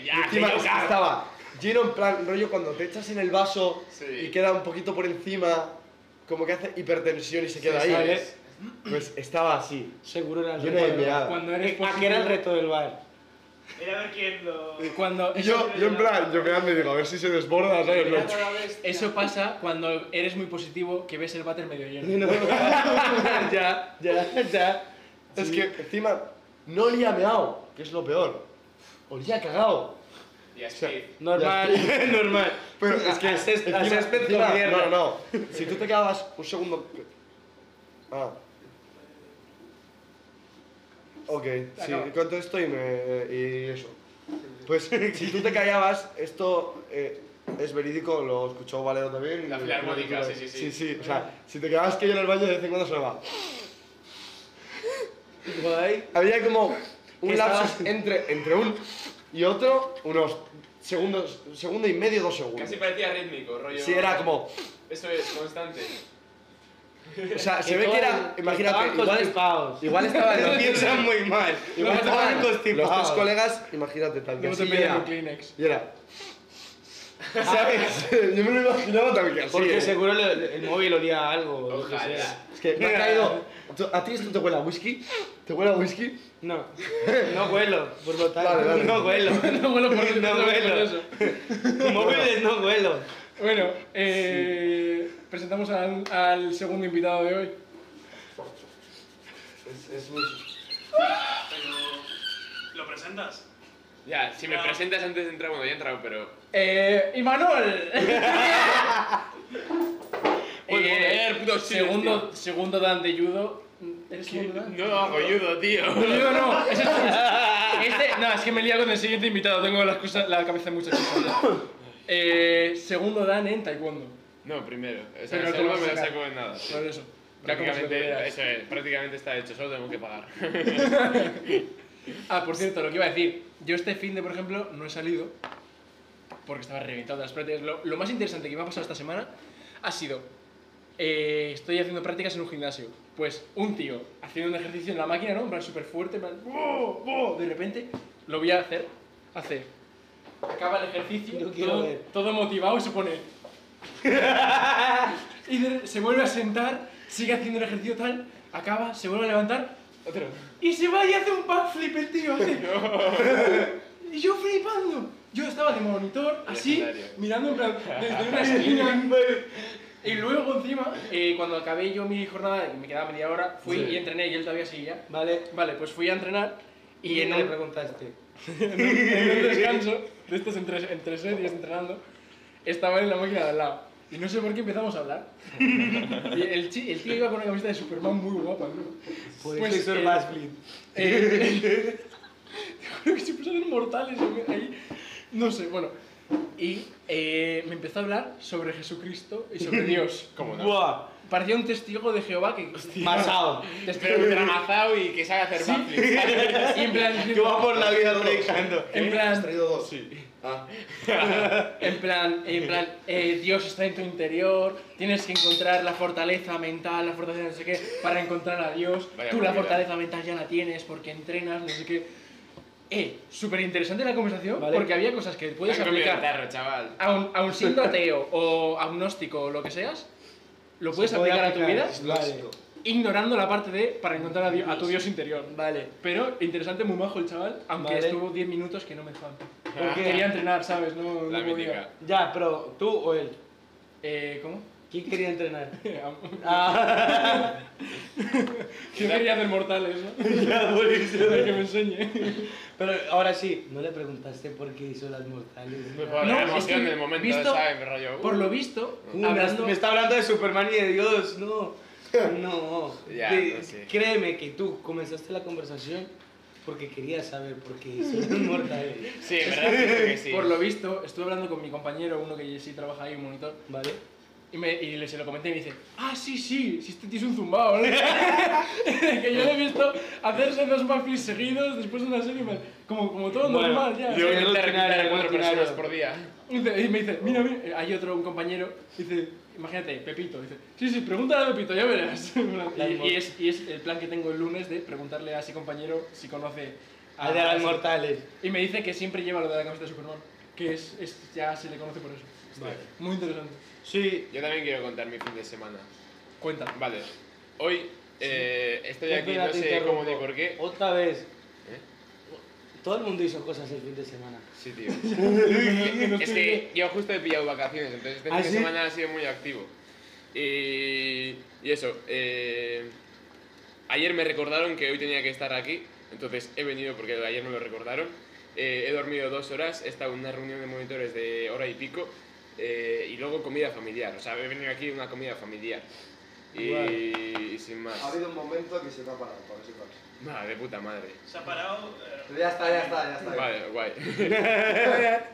[SPEAKER 2] Y encima estaba lleno en plan, rollo cuando te echas en el vaso
[SPEAKER 4] Sí.
[SPEAKER 2] y queda un poquito por encima, como que hace hipertensión y se queda ahí.
[SPEAKER 4] ¿sabes?
[SPEAKER 2] Pues estaba así,
[SPEAKER 5] Seguro era el
[SPEAKER 2] lleno de
[SPEAKER 5] reto.
[SPEAKER 2] meada.
[SPEAKER 3] Cuando
[SPEAKER 4] Eh,
[SPEAKER 3] eres
[SPEAKER 4] ah,
[SPEAKER 5] ¿A qué ah, era el reto del bar?
[SPEAKER 6] Era ver quién lo.
[SPEAKER 3] Cuando
[SPEAKER 2] Y yo, yo en plan, yo meando y digo, a ver si se desborda, ¿sabes?
[SPEAKER 4] Mira con la bestia.
[SPEAKER 3] Eso pasa cuando eres muy positivo, que ves el váter
[SPEAKER 2] *laughs*
[SPEAKER 3] medio lleno.
[SPEAKER 5] ya, ya, ya.
[SPEAKER 2] Es que encima no olía a meao, que es lo peor. Olía a cagao.
[SPEAKER 4] Y así.
[SPEAKER 5] Normal, normal.
[SPEAKER 4] *laughs*
[SPEAKER 2] Pero es que
[SPEAKER 5] Haces-
[SPEAKER 2] encima-
[SPEAKER 5] haces especie
[SPEAKER 2] encima-
[SPEAKER 5] mierda.
[SPEAKER 2] No, no, no. Si tú te quedabas un segundo. Ah. Ok, sí,
[SPEAKER 3] Acaba.
[SPEAKER 2] cuento esto y, me, y eso. Pues si tú te callabas, esto eh, es verídico, lo escuchó Valero también.
[SPEAKER 4] La
[SPEAKER 2] y-
[SPEAKER 4] Filarmónica, sí, sí,
[SPEAKER 2] Sí,
[SPEAKER 4] sí.
[SPEAKER 2] sí, o sea, si te quedabas que yo en el baño de vez en cuando sonaba.
[SPEAKER 5] Guay.
[SPEAKER 2] Había como
[SPEAKER 5] Que
[SPEAKER 2] un lapsus entre, entre un y otro, unos segundos, segundo y medio, dos segundos.
[SPEAKER 4] Casi parecía rítmico, rollo.
[SPEAKER 2] Sí, era como,
[SPEAKER 4] Eso es, constante.
[SPEAKER 2] o sea, se ve que era, imagínate,
[SPEAKER 5] Estaban
[SPEAKER 2] igual, *laughs*
[SPEAKER 5] constipados.
[SPEAKER 2] igual estaban los piensan muy mal. Igual
[SPEAKER 3] Estaban
[SPEAKER 2] estaban los
[SPEAKER 5] constipados.
[SPEAKER 2] tres colegas, imagínate, tal
[SPEAKER 3] Yo
[SPEAKER 2] vez.
[SPEAKER 3] te
[SPEAKER 2] y
[SPEAKER 3] pedí
[SPEAKER 2] era-
[SPEAKER 3] un Kleenex.
[SPEAKER 2] Y era. *laughs* ¿Sabes? Yo me lo imaginaba también que así.
[SPEAKER 5] Porque
[SPEAKER 2] ¿eh?
[SPEAKER 5] seguro le- el móvil olía a algo. yo qué sé.
[SPEAKER 3] Pues
[SPEAKER 4] Ojalá.
[SPEAKER 2] Es que me ha caído. ¿Tú- ¿A ti esto te huele a whisky? ¿Te huele a whisky?
[SPEAKER 5] No, no huelo, por lo tanto.
[SPEAKER 2] Vale, vale.
[SPEAKER 5] No huelo.
[SPEAKER 3] No vuelo
[SPEAKER 4] *laughs*
[SPEAKER 3] por eso,
[SPEAKER 5] No
[SPEAKER 3] no vuelo por
[SPEAKER 5] vuelo.
[SPEAKER 3] eso.
[SPEAKER 5] Móviles no huelo.
[SPEAKER 3] Bueno, eh, presentamos al, al segundo invitado de hoy.
[SPEAKER 2] Es, es muy.
[SPEAKER 6] Pero, ¿Lo presentas?
[SPEAKER 4] Ya, si me
[SPEAKER 6] Ah.
[SPEAKER 4] presentas antes de entrar, bueno, ya he entrado, pero.
[SPEAKER 3] Eh, ¡Imanol!
[SPEAKER 4] *laughs* Muy bueno, eh, puto silencio.
[SPEAKER 3] segundo, segundo dan de judo. ¿Eres segundo dan?
[SPEAKER 4] No hago judo, tío.
[SPEAKER 3] Judo no, es el-
[SPEAKER 4] *laughs*
[SPEAKER 3] este- no, es que me he liado con el siguiente invitado, tengo las cosas, la cabeza en muchas
[SPEAKER 4] *coughs*
[SPEAKER 3] cosas. Eh, segundo dan en taekwondo.
[SPEAKER 4] No, primero. O sea,
[SPEAKER 3] Pero
[SPEAKER 4] el
[SPEAKER 3] te lo vas
[SPEAKER 4] segundo me
[SPEAKER 3] a
[SPEAKER 4] lo
[SPEAKER 3] sacar.
[SPEAKER 4] saco en nada.
[SPEAKER 3] Por eso. Ya como si lo
[SPEAKER 4] Prácticamente,
[SPEAKER 3] tuvieras.
[SPEAKER 4] eso es, prácticamente está hecho, solo tengo que pagar.
[SPEAKER 3] Ah, por cierto, lo que iba a decir. Yo este fin de, por ejemplo, no he salido porque estaba reventado de las prácticas. Lo, lo más interesante que me ha pasado esta semana ha sido... eh, estoy haciendo prácticas en un gimnasio. Pues un tío haciendo un ejercicio en la máquina, ¿no? En plan súper fuerte, en plan... "Wow, wow", De repente lo voy a hacer. Hace... Acaba el ejercicio,
[SPEAKER 5] Lo quiero
[SPEAKER 3] todo,
[SPEAKER 5] ver.
[SPEAKER 3] todo motivado y se pone... *laughs* y de- se vuelve a sentar, sigue haciendo el ejercicio tal, acaba, se vuelve a levantar
[SPEAKER 4] Otro.
[SPEAKER 3] y se va y hace un backflip el tío. hace- y yo flipando. Yo estaba de monitor, así,
[SPEAKER 4] Legendario.
[SPEAKER 3] mirando en plan, desde una esquina. y luego encima, eh, cuando acabé yo mi jornada, y me quedaba media hora, fui y entrené y él todavía seguía.
[SPEAKER 5] Vale.
[SPEAKER 3] Vale, pues fui a entrenar y en
[SPEAKER 5] no le
[SPEAKER 3] un,
[SPEAKER 5] preguntaste.
[SPEAKER 3] en
[SPEAKER 4] *laughs*
[SPEAKER 3] un descanso, de estos entre, entre series entrenando, estaba en la máquina de al lado. Y no sé por qué empezamos a hablar. Y el, chi- el tío iba con una camiseta de Superman muy guapa, ¿no?
[SPEAKER 5] Por
[SPEAKER 3] Pues, *laughs*
[SPEAKER 5] eso hizo
[SPEAKER 3] eh,
[SPEAKER 5] el backflip.
[SPEAKER 3] Eh, te juro que siempre salen mortales en- ahí. No sé, bueno. Y eh, me empezó a hablar sobre Jesucristo y
[SPEAKER 4] *laughs*
[SPEAKER 3] sobre Dios.
[SPEAKER 4] ¿Cómo no?
[SPEAKER 5] Buah,
[SPEAKER 3] Parecía un testigo de Jehová que.
[SPEAKER 5] pasado.
[SPEAKER 4] Espero que *laughs* ultramazado y que sabe hacer
[SPEAKER 3] Sí.
[SPEAKER 4] backflip.
[SPEAKER 3] Y en plan.
[SPEAKER 2] Que va por la vida Dos.
[SPEAKER 5] predicando.
[SPEAKER 3] En
[SPEAKER 2] ¿Has
[SPEAKER 4] eh,
[SPEAKER 3] plan,
[SPEAKER 2] traído dos? Sí. Ah.
[SPEAKER 3] en plan, en plan, eh, Dios está en tu interior, tienes que encontrar la fortaleza mental, la fortaleza no sé qué, para encontrar a Dios.
[SPEAKER 4] Vaya
[SPEAKER 3] Tú la
[SPEAKER 4] movida.
[SPEAKER 3] fortaleza mental ya la tienes porque entrenas, no sé qué. Eh, súper interesante la conversación
[SPEAKER 5] Vale.
[SPEAKER 3] porque había cosas que puedes
[SPEAKER 4] Han comido el
[SPEAKER 3] aplicar.
[SPEAKER 4] tarro, chaval.
[SPEAKER 3] aun, aun
[SPEAKER 5] *laughs*
[SPEAKER 3] siendo ateo o agnóstico o lo que seas, lo puedes
[SPEAKER 5] Se puede
[SPEAKER 3] aplicar, a
[SPEAKER 5] aplicar.
[SPEAKER 3] tu vida
[SPEAKER 2] Clásico.
[SPEAKER 3] ignorando la parte de para encontrar a, Dios- a tu Dios interior. Vale. Pero interesante, muy majo el chaval, aunque
[SPEAKER 5] Vale.
[SPEAKER 3] estuvo 10 minutos que no me dejaban.
[SPEAKER 5] ¿Por qué?
[SPEAKER 3] Quería entrenar, ¿sabes? No, no
[SPEAKER 4] La
[SPEAKER 3] podía.
[SPEAKER 4] mítica.
[SPEAKER 5] Ah. Ya, pero tú o él.
[SPEAKER 3] Eh, ¿Cómo?
[SPEAKER 5] ¿Quién quería entrenar?
[SPEAKER 3] Yo
[SPEAKER 5] Ah,
[SPEAKER 3] *laughs* quería hacer mortales, ¿no?
[SPEAKER 5] ya, buenísimo.
[SPEAKER 3] que me enseñe.
[SPEAKER 5] Pero ahora sí, no le preguntaste por qué hizo las mortales.
[SPEAKER 4] Pues por la
[SPEAKER 3] es
[SPEAKER 4] emoción
[SPEAKER 3] que
[SPEAKER 4] del momento,
[SPEAKER 3] visto-
[SPEAKER 4] ¿sabes? Me rollo.
[SPEAKER 3] Por lo visto,
[SPEAKER 5] Uh,
[SPEAKER 3] hablando...
[SPEAKER 5] Me está hablando de Superman y de Dios, *laughs* no. No.
[SPEAKER 4] Ya,
[SPEAKER 5] De-
[SPEAKER 4] no sé.
[SPEAKER 5] Créeme que tú comenzaste la conversación porque querías saber por qué hizo *laughs* las mortales.
[SPEAKER 4] Sí, en verdad creo que sí.
[SPEAKER 3] Por lo visto, estuve hablando con mi compañero, uno que sí trabaja ahí, un monitor,
[SPEAKER 5] ¿Vale?
[SPEAKER 3] Y, me, y le- se lo comenté y me dice, ah, sí, sí, si este tío es un zumbao, ¿no? *laughs* que yo le he visto hacerse dos backflips seguidos después de una serie, me- como, como todo
[SPEAKER 5] Bueno,
[SPEAKER 3] normal, ya.
[SPEAKER 4] Yo
[SPEAKER 5] Sí,
[SPEAKER 4] intenté recuperar a
[SPEAKER 5] rutinario,
[SPEAKER 4] cuatro
[SPEAKER 5] rutinario.
[SPEAKER 4] personas por día.
[SPEAKER 3] Y dice- y me dice, mira, mira, eh, hay otro, un compañero, dice, imagínate, Pepito, dice, sí, sí, pregúntale a Pepito, ya verás. *laughs* y, y es, y es el plan que tengo el lunes de preguntarle a ese compañero si conoce
[SPEAKER 5] A Ah, de las
[SPEAKER 3] ese-
[SPEAKER 5] mortales.
[SPEAKER 3] Y me dice que siempre lleva lo de la camiseta de Superman, que es, es- ya se le conoce por eso. Muy interesante.
[SPEAKER 5] Sí.
[SPEAKER 4] Yo también quiero contar mi fin de semana.
[SPEAKER 3] Cuenta.
[SPEAKER 4] Vale. Hoy eh, estoy aquí,
[SPEAKER 5] Espera,
[SPEAKER 4] no
[SPEAKER 5] te
[SPEAKER 4] sé cómo
[SPEAKER 5] interrumpo.
[SPEAKER 4] ni por qué.
[SPEAKER 5] Otra vez.
[SPEAKER 4] ¿Eh?
[SPEAKER 5] Todo el mundo hizo cosas el fin de semana.
[SPEAKER 4] Sí, tío. es que yo justo he pillado vacaciones, entonces este
[SPEAKER 5] ¿Ah,
[SPEAKER 4] fin de
[SPEAKER 5] sí?
[SPEAKER 4] semana ha sido muy activo. Y, y eso, eh, ayer me recordaron que hoy tenía que estar aquí, entonces he venido porque ayer me lo recordaron. Eh, he dormido dos horas, he estado en una reunión de monitores de hora y pico, eh, y luego comida familiar, o sea, he venido aquí a una comida familiar. Y, y sin más.
[SPEAKER 7] Ha habido un momento que se me ha parado, para que sepas.
[SPEAKER 4] Nada, de puta madre.
[SPEAKER 6] Se ha parado. eh,
[SPEAKER 7] Pero ya está, ya está, ya está.
[SPEAKER 4] Vale, guay.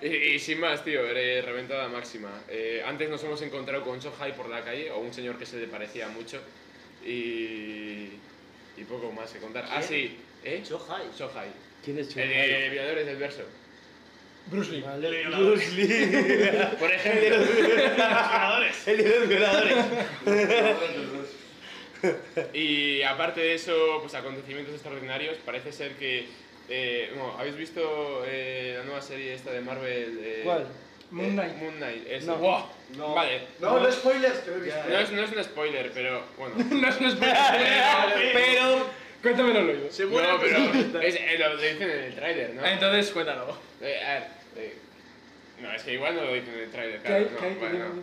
[SPEAKER 4] y, y sin más, tío, eh, reventada máxima. Eh, antes nos hemos encontrado con Sohai por la calle, o un señor que se le parecía mucho. Y. Y poco más que contar. Ah, sí, ¿eh?
[SPEAKER 5] Chohai.
[SPEAKER 4] Sohai.
[SPEAKER 5] ¿Quién es
[SPEAKER 4] El de Violadores del
[SPEAKER 5] *laughs*
[SPEAKER 4] Verso.
[SPEAKER 3] Bruce Lee.
[SPEAKER 5] Vale.
[SPEAKER 6] Leonardo.
[SPEAKER 5] Bruce Lee.
[SPEAKER 1] *laughs*
[SPEAKER 4] Por
[SPEAKER 5] *laughs*
[SPEAKER 4] ejemplo.
[SPEAKER 6] Ganadores.
[SPEAKER 5] El de los violadores.
[SPEAKER 4] Y aparte de eso, pues acontecimientos extraordinarios. Parece ser que. eh, bueno, ¿Habéis visto eh, la nueva serie esta de Marvel? eh,
[SPEAKER 5] ¿Cuál?
[SPEAKER 3] Moon Knight.
[SPEAKER 4] eh, Moon Knight, eso.
[SPEAKER 5] No.
[SPEAKER 4] Buah,
[SPEAKER 7] No.
[SPEAKER 4] Vale.
[SPEAKER 7] No, no spoilers, que lo he visto.
[SPEAKER 4] No es, no es un spoiler, pero bueno.
[SPEAKER 3] *laughs*
[SPEAKER 7] *laughs*
[SPEAKER 3] No
[SPEAKER 5] *laughs*
[SPEAKER 3] es un spoiler, pero- pero. Cuéntamelo, Loido.
[SPEAKER 4] no, pero es, eh, lo dicen en el tráiler, ¿no?
[SPEAKER 3] Entonces, cuéntalo.
[SPEAKER 4] Eh, a ver, eh, no, es que igual no lo dicen en el tráiler,
[SPEAKER 3] ¿Qué hay-
[SPEAKER 4] claro.
[SPEAKER 3] qué hay
[SPEAKER 4] No,
[SPEAKER 3] que
[SPEAKER 4] bueno,
[SPEAKER 3] tiene-
[SPEAKER 4] no.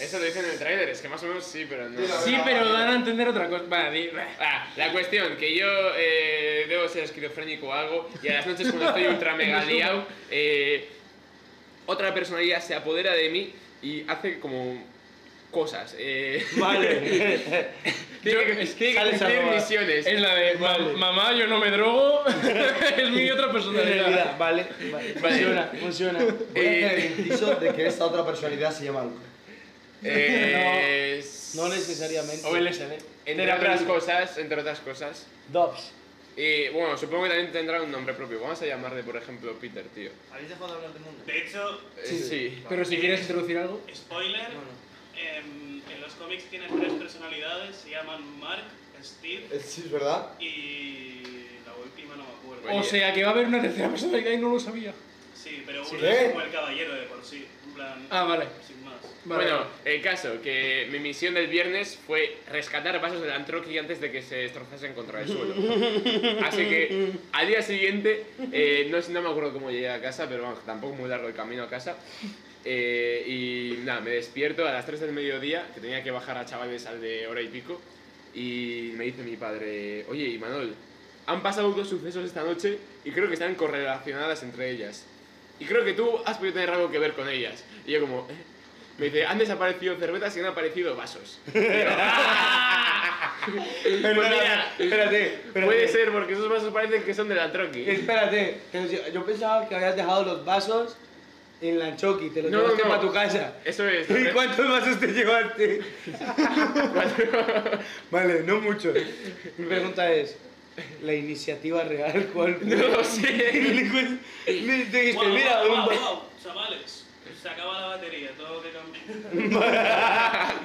[SPEAKER 4] Eso lo dicen en el tráiler, es que más o menos sí, pero no.
[SPEAKER 7] Dilo.
[SPEAKER 3] Sí, pero dan a entender otra cosa. Vale, di- bah.
[SPEAKER 4] Ah, la cuestión, que yo eh, debo ser esquizofrénico o algo, y a las noches cuando estoy ultra mega liado, eh, otra personalidad se apodera de mí y hace como cosas. eh, *laughs*
[SPEAKER 5] Vale.
[SPEAKER 4] tiene que,
[SPEAKER 3] es-
[SPEAKER 4] tiene que
[SPEAKER 5] sales a
[SPEAKER 4] cumplir
[SPEAKER 5] robar.
[SPEAKER 4] misiones.
[SPEAKER 3] Es la de "Ma- mamá, yo no me drogo. *laughs* es mi otra personalidad.
[SPEAKER 5] Realidad, Vale. vale. Funciona, funciona.
[SPEAKER 7] Voy a hacer
[SPEAKER 4] Eh,
[SPEAKER 7] el inciso de que esta otra personalidad se llama Alco.
[SPEAKER 4] Eh,
[SPEAKER 5] No necesariamente.
[SPEAKER 3] O ¿eh? LSD.
[SPEAKER 4] Entre otras cosas, entre otras cosas.
[SPEAKER 5] Dobbs.
[SPEAKER 4] Y bueno, supongo que también tendrá un nombre propio. Vamos a llamarle, por ejemplo, Peter, tío.
[SPEAKER 7] ¿Habéis dejado de hablar de mundo?
[SPEAKER 6] De hecho,
[SPEAKER 4] Eh, sí.
[SPEAKER 3] Pero si quieres introducir algo.
[SPEAKER 6] spoiler: em, en los cómics tienes tres personalidades, se llaman Mark, Steve
[SPEAKER 7] Sí, es verdad.
[SPEAKER 6] y la última no me acuerdo.
[SPEAKER 4] Oye.
[SPEAKER 3] O sea, que va a haber una tercera personalidad y no lo sabía.
[SPEAKER 6] Sí, pero uno
[SPEAKER 7] ¿Sí?
[SPEAKER 6] es como el caballero de por sí, en plan,
[SPEAKER 3] Ah, vale.
[SPEAKER 6] sin más.
[SPEAKER 3] vale.
[SPEAKER 4] Bueno, el caso, que mi misión del viernes fue rescatar vasos del Antroqui antes de que se destrozasen contra el suelo. Así que al día siguiente, eh, no, sé- no me acuerdo cómo llegué a casa, pero vamos, tampoco muy largo el camino a casa. Eh, y nada, me despierto a las 3 del mediodía, que tenía que bajar a chavales al de hora y pico. Y me dice mi padre, oye, Imanol, han pasado dos sucesos esta noche y creo que están correlacionadas entre ellas. Y creo que tú has podido tener algo que ver con ellas. Y yo como... "Eh". Me dice, han desaparecido cervezas y han
[SPEAKER 5] *laughs*
[SPEAKER 4] aparecido vasos. Y yo, "Ah". Pues mira,
[SPEAKER 5] Espérate, espérate.
[SPEAKER 4] puede ser porque esos vasos parecen que son de la troqui.
[SPEAKER 5] Espérate, que yo- yo pensaba que habías dejado los vasos en la Anchoqui, te los
[SPEAKER 4] No,
[SPEAKER 5] llevaste
[SPEAKER 4] no.
[SPEAKER 5] para tu casa.
[SPEAKER 4] Eso es.
[SPEAKER 5] ¿Y cuántos vasos te llevaste? vale, no muchos. Mi pregunta es, ¿la iniciativa real cuál fue?
[SPEAKER 4] No lo
[SPEAKER 5] *laughs*
[SPEAKER 4] sé.
[SPEAKER 5] Te dijiste,
[SPEAKER 6] Guau,
[SPEAKER 5] mira,
[SPEAKER 6] guau,
[SPEAKER 5] un
[SPEAKER 6] guau,
[SPEAKER 5] va-
[SPEAKER 6] guau, chavales, se acaba la batería, todo que cambiar.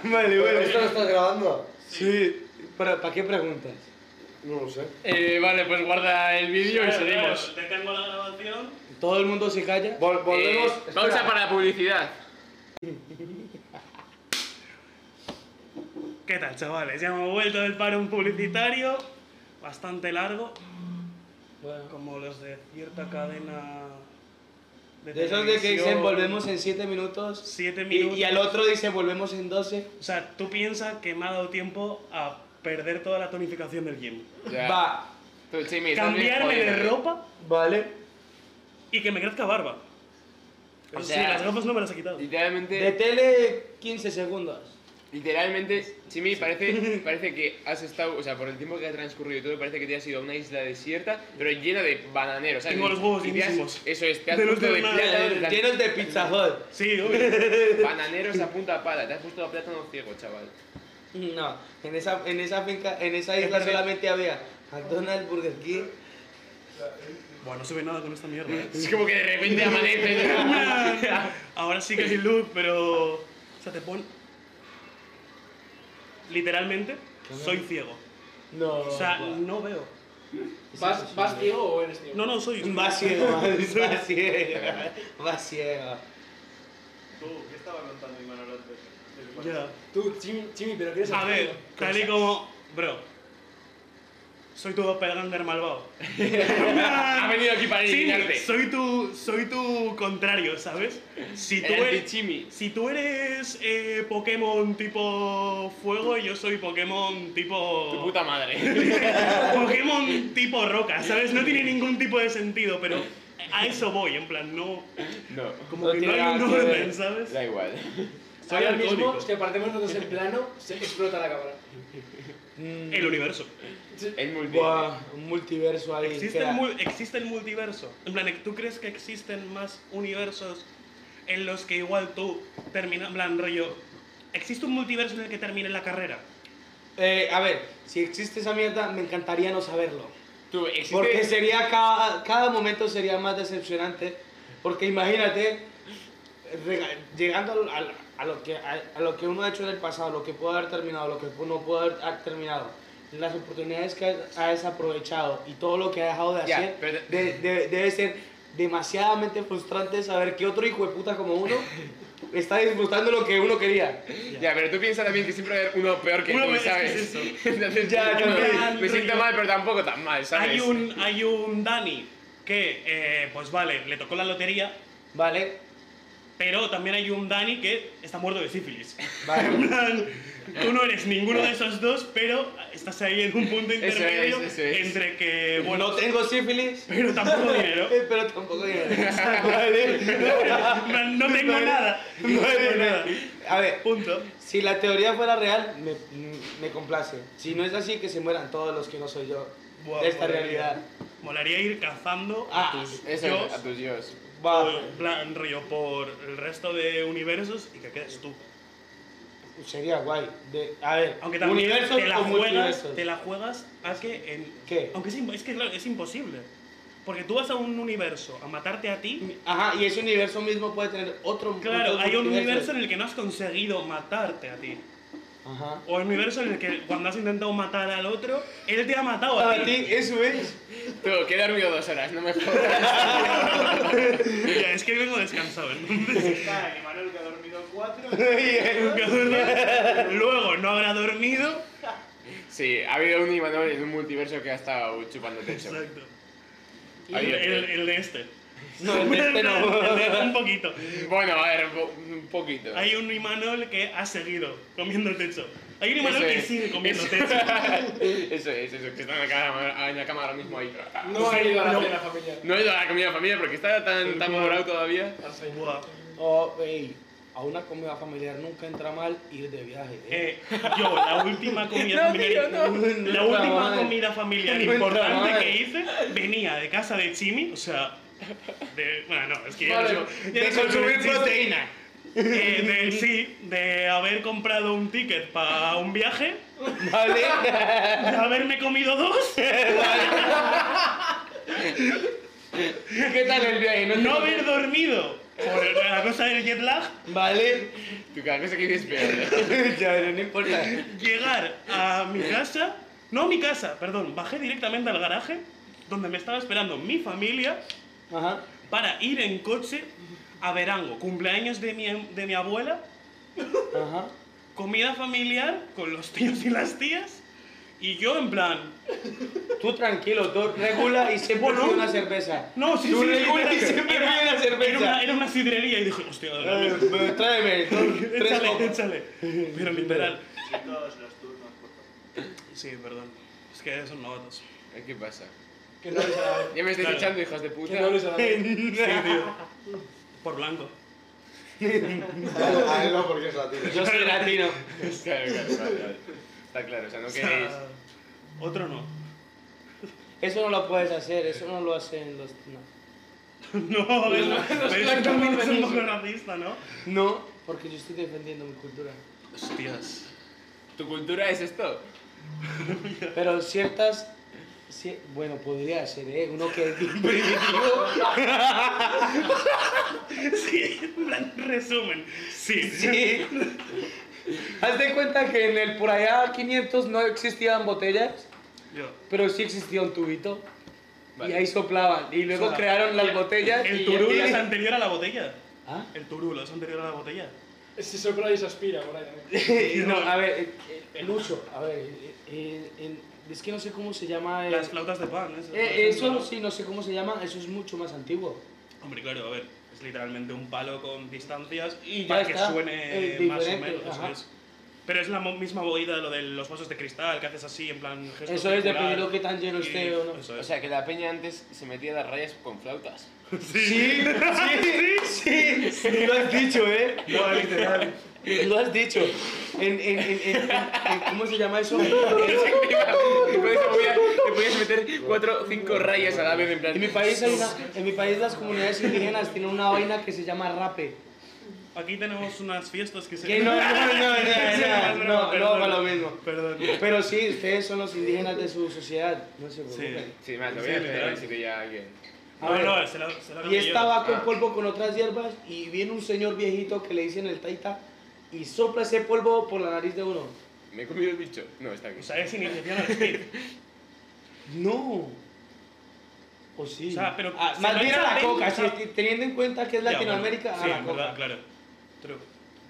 [SPEAKER 5] Vale,
[SPEAKER 7] Pero
[SPEAKER 5] vale.
[SPEAKER 7] esto lo estás grabando.
[SPEAKER 5] Sí, ¿para, ¿para qué preguntas?
[SPEAKER 7] No lo sé.
[SPEAKER 3] Eh, vale, pues guarda el vídeo y
[SPEAKER 6] Claro,
[SPEAKER 3] seguimos.
[SPEAKER 6] claro, Detengo la grabación.
[SPEAKER 5] ¿Todo el mundo se calla?
[SPEAKER 7] Vol- volvemos.
[SPEAKER 4] Eh, pausa para la publicidad.
[SPEAKER 6] ¿Qué tal, chavales? Ya hemos vuelto del parón publicitario, bastante largo,
[SPEAKER 5] Bueno,
[SPEAKER 6] como los de cierta cadena
[SPEAKER 5] de esos de que dicen volvemos en 7 minutos
[SPEAKER 6] 7
[SPEAKER 5] y,
[SPEAKER 6] minutos.
[SPEAKER 5] y al otro dice volvemos en 12.
[SPEAKER 6] O sea, tú piensas que me ha dado tiempo a perder toda la tonificación del gym.
[SPEAKER 5] Va,
[SPEAKER 4] Tú, Chimi, estás bien
[SPEAKER 6] Cambiarme de
[SPEAKER 4] jodido.
[SPEAKER 6] ropa
[SPEAKER 5] vale.
[SPEAKER 6] y que me crezca barba.
[SPEAKER 4] O
[SPEAKER 6] O sea,
[SPEAKER 4] sea,
[SPEAKER 6] las gafas no me las he quitado.
[SPEAKER 5] De
[SPEAKER 4] Literalmente,
[SPEAKER 5] tele 15 segundos.
[SPEAKER 4] literalmente,
[SPEAKER 5] *laughs*
[SPEAKER 4] Chimi, parece, parece que has estado, o sea, por el tiempo que ha transcurrido y todo, parece que te has ido a una isla desierta, pero llena de bananeros. ¿sabes?
[SPEAKER 6] Tengo los huevos
[SPEAKER 4] Y te has-
[SPEAKER 6] llenísimos.
[SPEAKER 4] Eso es, te
[SPEAKER 6] *laughs*
[SPEAKER 4] has
[SPEAKER 6] De los
[SPEAKER 4] puesto
[SPEAKER 6] de
[SPEAKER 4] de
[SPEAKER 6] una-
[SPEAKER 4] plátano, en plan,
[SPEAKER 5] Llenos de Pizza Hut.
[SPEAKER 6] *laughs* Sí, obvio.
[SPEAKER 4] bananeros a punta pala, te has puesto a plátano ciego, chaval.
[SPEAKER 5] No, en esa, en esa finca, en esa isla
[SPEAKER 6] Espérate.
[SPEAKER 5] solamente había McDonald's, Burger King.
[SPEAKER 6] bueno, no se ve nada con esta mierda. eh.
[SPEAKER 4] Es como que de repente amanece.
[SPEAKER 6] *laughs* Ahora- Ahora sí que hay luz, pero. O sea, te pon. Literalmente, soy ciego.
[SPEAKER 5] No.
[SPEAKER 6] O
[SPEAKER 4] Oh,
[SPEAKER 6] sea, no veo.
[SPEAKER 3] ¿Vas, vas ciego o eres ciego?
[SPEAKER 6] No, no, soy.
[SPEAKER 5] va ciego,
[SPEAKER 6] *laughs*
[SPEAKER 5] va ciego, va ciego.
[SPEAKER 6] ¿Qué estaba contando Imanol Ya.
[SPEAKER 7] Tú, Jimmy, Jimmy, pero ¿quieres
[SPEAKER 6] A ver, tal y como. Bro. Soy tu doppelganger
[SPEAKER 4] *laughs*
[SPEAKER 6] malvado.
[SPEAKER 4] Ha venido aquí para
[SPEAKER 6] Sí,
[SPEAKER 4] eliminarte.
[SPEAKER 6] soy tu. Soy tu contrario, ¿sabes? Si tú
[SPEAKER 4] El
[SPEAKER 6] eres.
[SPEAKER 4] anti-Chimi.
[SPEAKER 6] Si tú eres eh, Pokémon tipo fuego, yo soy Pokémon tipo.
[SPEAKER 4] Tu puta madre.
[SPEAKER 6] Pokémon tipo roca, ¿sabes? No tiene ningún tipo de sentido, pero a eso voy, en plan, no.
[SPEAKER 4] *laughs* No,
[SPEAKER 6] Como
[SPEAKER 5] No
[SPEAKER 6] que no
[SPEAKER 5] tiene
[SPEAKER 6] hay un
[SPEAKER 5] nada que ver.
[SPEAKER 6] orden, ¿sabes?
[SPEAKER 4] da igual.
[SPEAKER 1] Soy
[SPEAKER 7] Ahora mismo,
[SPEAKER 1] alcohólico.
[SPEAKER 7] si apartemos nosotros el plano, se explota la cámara.
[SPEAKER 6] El universo.
[SPEAKER 4] El multi.
[SPEAKER 5] Buah, un multiverso ahí.
[SPEAKER 6] ¿Existe
[SPEAKER 5] queda.
[SPEAKER 6] el, mul- existe el multiverso. En plan, ¿tú crees que existen más universos en los que igual tú terminas, en plan, rollo, ¿existe un multiverso en el que termine la carrera?
[SPEAKER 5] Eh, a ver, si existe esa mierda, me encantaría no saberlo.
[SPEAKER 4] Tú, existe-
[SPEAKER 5] Porque sería cada, cada momento sería más decepcionante. Porque imagínate, rega- llegando al- al- a, lo que, a, a lo que uno ha hecho en el pasado, lo que pudo haber terminado, lo que pu- no pudo haber ha terminado, las oportunidades que ha, ha desaprovechado y todo lo que ha dejado de
[SPEAKER 4] Ya,
[SPEAKER 5] hacer,
[SPEAKER 4] pero-
[SPEAKER 5] de- de- debe ser demasiadamente frustrante saber que otro hijo de puta como uno está disfrutando lo que uno quería.
[SPEAKER 4] Ya, pero tú piensas también que siempre va a haber uno peor que
[SPEAKER 6] Uno
[SPEAKER 4] tú,
[SPEAKER 6] me- es que
[SPEAKER 4] ¿sabes?
[SPEAKER 6] es eso.
[SPEAKER 4] *laughs* Entonces,
[SPEAKER 5] Ya,
[SPEAKER 4] yo
[SPEAKER 6] ya,
[SPEAKER 4] me, me siento
[SPEAKER 6] rollo.
[SPEAKER 4] mal, pero tampoco tan mal, ¿sabes?
[SPEAKER 6] Hay un, hay un Dani que, eh, pues vale, le tocó la lotería,
[SPEAKER 5] Vale,
[SPEAKER 6] pero también hay un Dani que está muerto de sífilis.
[SPEAKER 5] vale.
[SPEAKER 6] *laughs* En plan, tú no eres ninguno de esos dos, pero estás ahí en un punto
[SPEAKER 4] es,
[SPEAKER 6] intermedio
[SPEAKER 4] eso es.
[SPEAKER 6] entre que, bueno,
[SPEAKER 5] No tengo sífilis,
[SPEAKER 6] pero tampoco dinero.
[SPEAKER 5] *laughs* pero tampoco dinero. Vale.
[SPEAKER 6] En plan, No tengo nada. No tengo nada.
[SPEAKER 5] A ver,
[SPEAKER 6] Punto.
[SPEAKER 5] si la teoría fuera real, me, me complace. Si no es así, que se mueran todos los que no soy yo
[SPEAKER 6] Buah,
[SPEAKER 5] de esta
[SPEAKER 6] molaría.
[SPEAKER 5] realidad.
[SPEAKER 6] Molaría ir cazando
[SPEAKER 5] Ah,
[SPEAKER 6] a tus
[SPEAKER 4] Eso
[SPEAKER 6] yos,
[SPEAKER 4] es, a tus dios.
[SPEAKER 5] Va,
[SPEAKER 6] o en plan rollo por el resto de universos y que quedes tú.
[SPEAKER 5] sería guay. De, a ver,
[SPEAKER 6] Aunque también
[SPEAKER 5] universos
[SPEAKER 6] te la
[SPEAKER 5] o
[SPEAKER 6] juegas,
[SPEAKER 5] multiversos.
[SPEAKER 6] te la juegas a que en
[SPEAKER 5] ¿Qué?
[SPEAKER 6] aunque es, imp- es que claro, es imposible. Porque tú vas a un universo a matarte a ti.
[SPEAKER 5] Ajá, y ese universo mismo puede tener otro.
[SPEAKER 6] Claro,
[SPEAKER 5] otro
[SPEAKER 6] hay un universo
[SPEAKER 5] multiverso.
[SPEAKER 6] en el que no has conseguido matarte a ti.
[SPEAKER 5] Ajá.
[SPEAKER 6] O el universo en el que cuando has intentado matar al otro, él te ha matado a
[SPEAKER 5] Para
[SPEAKER 6] ti.
[SPEAKER 5] ti, eso es.
[SPEAKER 4] Tú, que he dormido dos horas, no me jodas.
[SPEAKER 6] *laughs* Ya, es que vengo descansado. entonces.
[SPEAKER 1] Está en Manuel que ha dormido
[SPEAKER 5] *laughs*
[SPEAKER 1] cuatro.
[SPEAKER 6] Luego no habrá dormido.
[SPEAKER 4] Sí, ha habido un Imanol en un multiverso que ha estado chupando techo.
[SPEAKER 6] Exacto.
[SPEAKER 4] Ha
[SPEAKER 6] El,
[SPEAKER 4] habido-
[SPEAKER 6] el- el de este.
[SPEAKER 5] No, el de este
[SPEAKER 6] *laughs* El
[SPEAKER 5] no.
[SPEAKER 6] de- un poquito.
[SPEAKER 4] Bueno, a ver, po- un poquito.
[SPEAKER 6] Hay un Imanol que ha seguido comiendo techo. Hay un Imanol
[SPEAKER 4] Eso
[SPEAKER 6] que
[SPEAKER 4] es.
[SPEAKER 6] sigue comiendo
[SPEAKER 4] Eso-
[SPEAKER 6] techo.
[SPEAKER 4] Eso es, eso, que está en la cámara, en la cámara ahora mismo ahí.
[SPEAKER 7] No ha ido a la
[SPEAKER 6] No.
[SPEAKER 7] cena familiar.
[SPEAKER 4] No he ido a la comida familiar porque está tan, tan morado todavía.
[SPEAKER 6] Buah.
[SPEAKER 5] Oh, ey, a una comida familiar nunca entra mal ir de viaje. *laughs* ¿eh?
[SPEAKER 6] Eh, yo, la última comida
[SPEAKER 4] No, tío,
[SPEAKER 6] familiar.
[SPEAKER 5] no.
[SPEAKER 6] La
[SPEAKER 5] No está
[SPEAKER 6] última
[SPEAKER 5] mal.
[SPEAKER 6] comida familiar
[SPEAKER 5] No está
[SPEAKER 6] importante
[SPEAKER 5] mal.
[SPEAKER 6] que hice venía de casa de Chimi, o sea. De, bueno, no, es que ya
[SPEAKER 4] Vale,
[SPEAKER 6] no sé- ya
[SPEAKER 5] de
[SPEAKER 6] no sé
[SPEAKER 5] consumir
[SPEAKER 6] si existe.
[SPEAKER 5] proteína.
[SPEAKER 6] Eh, de, sí, de haber comprado un ticket para un viaje,
[SPEAKER 5] Vale.
[SPEAKER 6] de haberme comido dos.
[SPEAKER 5] *laughs*
[SPEAKER 4] ¿Qué tal el viaje? No,
[SPEAKER 6] No
[SPEAKER 4] no
[SPEAKER 6] haber dormido por la cosa del jet lag,
[SPEAKER 5] Vale.
[SPEAKER 4] Tú cada cosa que dices peor.
[SPEAKER 5] ya, no importa.
[SPEAKER 6] llegar a mi casa, no a mi casa, perdón, bajé directamente al garaje donde me estaba esperando mi familia
[SPEAKER 5] Ajá.
[SPEAKER 6] para ir en coche a Verango, cumpleaños de mi, em, de mi abuela,
[SPEAKER 5] Ajá.
[SPEAKER 6] comida familiar con los tíos y las tías y yo en plan,
[SPEAKER 5] Tú tranquilo, tú regula y siempre
[SPEAKER 6] Bueno.
[SPEAKER 5] pide una cerveza.
[SPEAKER 6] no, sí,
[SPEAKER 5] Tú
[SPEAKER 6] sí,
[SPEAKER 5] regula y
[SPEAKER 6] era-
[SPEAKER 5] siempre
[SPEAKER 6] era-
[SPEAKER 5] pide una cerveza.
[SPEAKER 6] era una, era una sidrería y dije, hostia, *laughs*
[SPEAKER 5] Eh, me- tráeme *laughs* dos, tres
[SPEAKER 6] échale,
[SPEAKER 5] copas.
[SPEAKER 6] échale, pero literal.
[SPEAKER 1] Y todos los turnos, por favor.
[SPEAKER 6] Sí, perdón, es que son novatos.
[SPEAKER 4] ¿Qué pasa?
[SPEAKER 7] Que no hables a la vez.
[SPEAKER 4] Ya me estáis
[SPEAKER 6] Claro.
[SPEAKER 4] echando, hijos de puta.
[SPEAKER 7] Que no hables a la
[SPEAKER 5] *laughs*
[SPEAKER 7] vez.
[SPEAKER 6] Por blanco.
[SPEAKER 2] A él no, porque es latino.
[SPEAKER 5] Yo soy latino.
[SPEAKER 4] *laughs* Claro, claro, vale, vale. Está claro, o sea, no
[SPEAKER 6] O sea,
[SPEAKER 4] queréis.
[SPEAKER 6] Ah, Otro no.
[SPEAKER 5] Eso no lo puedes hacer, eso no lo hacen los. No.
[SPEAKER 6] No, es, pero eso también es un poco racista, ¿no?
[SPEAKER 5] No, porque yo estoy defendiendo mi cultura.
[SPEAKER 6] Hostias.
[SPEAKER 4] ¿Tu cultura es esto?
[SPEAKER 5] Pero ciertas. ci- bueno, podría ser, ¿eh? Uno que es bien primitivo.
[SPEAKER 6] Sí, en plan, resumen. Sí.
[SPEAKER 5] Sí. Haz de cuenta que en el por allá 500 no existían botellas,
[SPEAKER 6] Yo.
[SPEAKER 5] pero sí existía un tubito.
[SPEAKER 4] Vale.
[SPEAKER 5] Y ahí soplaban. Y luego
[SPEAKER 6] Sola.
[SPEAKER 5] crearon las botellas.
[SPEAKER 6] El
[SPEAKER 5] y-
[SPEAKER 6] turulo es anterior a la botella.
[SPEAKER 5] ¿Ah?
[SPEAKER 6] El turulo es anterior a la botella.
[SPEAKER 7] Si sopla y se aspira por ahí. ¿no?
[SPEAKER 5] *laughs* no, a ver, eh, eh, el uso, a ver, eh, eh, en- es que no sé cómo se llama. eh,
[SPEAKER 6] Las flautas de pan, eso.
[SPEAKER 5] eh, eso sí, no sé cómo se llama, eso es mucho más antiguo.
[SPEAKER 6] Hombre, claro, a ver. Es literalmente un palo con distancias y
[SPEAKER 5] Ya
[SPEAKER 6] ya que
[SPEAKER 5] está.
[SPEAKER 6] suene
[SPEAKER 5] Eh,
[SPEAKER 6] más o
[SPEAKER 5] diferente,
[SPEAKER 6] menos. eso
[SPEAKER 5] ajá.
[SPEAKER 6] es. Pero es la mo- misma movida de lo de los vasos de cristal que haces así, en plan. gesto
[SPEAKER 5] Eso es
[SPEAKER 6] circular
[SPEAKER 5] dependiendo qué tan lleno
[SPEAKER 6] y-
[SPEAKER 5] esté o no.
[SPEAKER 6] eso
[SPEAKER 4] O
[SPEAKER 6] es.
[SPEAKER 4] sea, que la peña antes se metía las rayas con flautas.
[SPEAKER 5] Sí, sí, sí, sí, lo has dicho, ¿eh?
[SPEAKER 6] No, literal.
[SPEAKER 5] *laughs* Lo has dicho. En, en, en, en, en- ¿Cómo se llama *laughs* eso?
[SPEAKER 4] *laughs* Y por eso voy a- Te podías meter cuatro o cinco rayas a la vez en plan.
[SPEAKER 5] En mi país hay una- en mi país las comunidades indígenas tienen una vaina que se llama rape.
[SPEAKER 6] Aquí tenemos unas fiestas que se.
[SPEAKER 5] Que no, no, no, no, no, no, no, no,
[SPEAKER 6] perdón.
[SPEAKER 5] va lo mismo.
[SPEAKER 6] Perdón.
[SPEAKER 5] Pero sí, ustedes son los indígenas de su sociedad. No se preocupen.
[SPEAKER 4] Sí, más, lo voy a
[SPEAKER 6] Sí,
[SPEAKER 4] hacer a
[SPEAKER 6] literal.
[SPEAKER 4] ver si te ya alguien.
[SPEAKER 5] A
[SPEAKER 6] No,
[SPEAKER 5] ver.
[SPEAKER 6] no, se la, se la
[SPEAKER 5] Y
[SPEAKER 6] doy yo.
[SPEAKER 5] esta va con
[SPEAKER 4] Ah.
[SPEAKER 5] polvo con otras hierbas y viene un señor viejito que le dicen el taita y sopla ese polvo por la nariz de uno.
[SPEAKER 4] ¿Me he comido el bicho? No, está aquí.
[SPEAKER 6] O sea, es iniciativa de Speed.
[SPEAKER 5] No. O sí.
[SPEAKER 6] O sea, pero
[SPEAKER 5] Ah,
[SPEAKER 6] se
[SPEAKER 5] más
[SPEAKER 6] lo
[SPEAKER 5] bien
[SPEAKER 6] echa
[SPEAKER 5] a la
[SPEAKER 6] dentro,
[SPEAKER 5] coca,
[SPEAKER 6] o sea-
[SPEAKER 5] sí, teniendo *laughs* en cuenta que es
[SPEAKER 6] Ya,
[SPEAKER 5] Latinoamérica,
[SPEAKER 6] bueno,
[SPEAKER 5] a
[SPEAKER 6] Sí,
[SPEAKER 5] la
[SPEAKER 6] es
[SPEAKER 5] coca.
[SPEAKER 6] verdad, claro. True.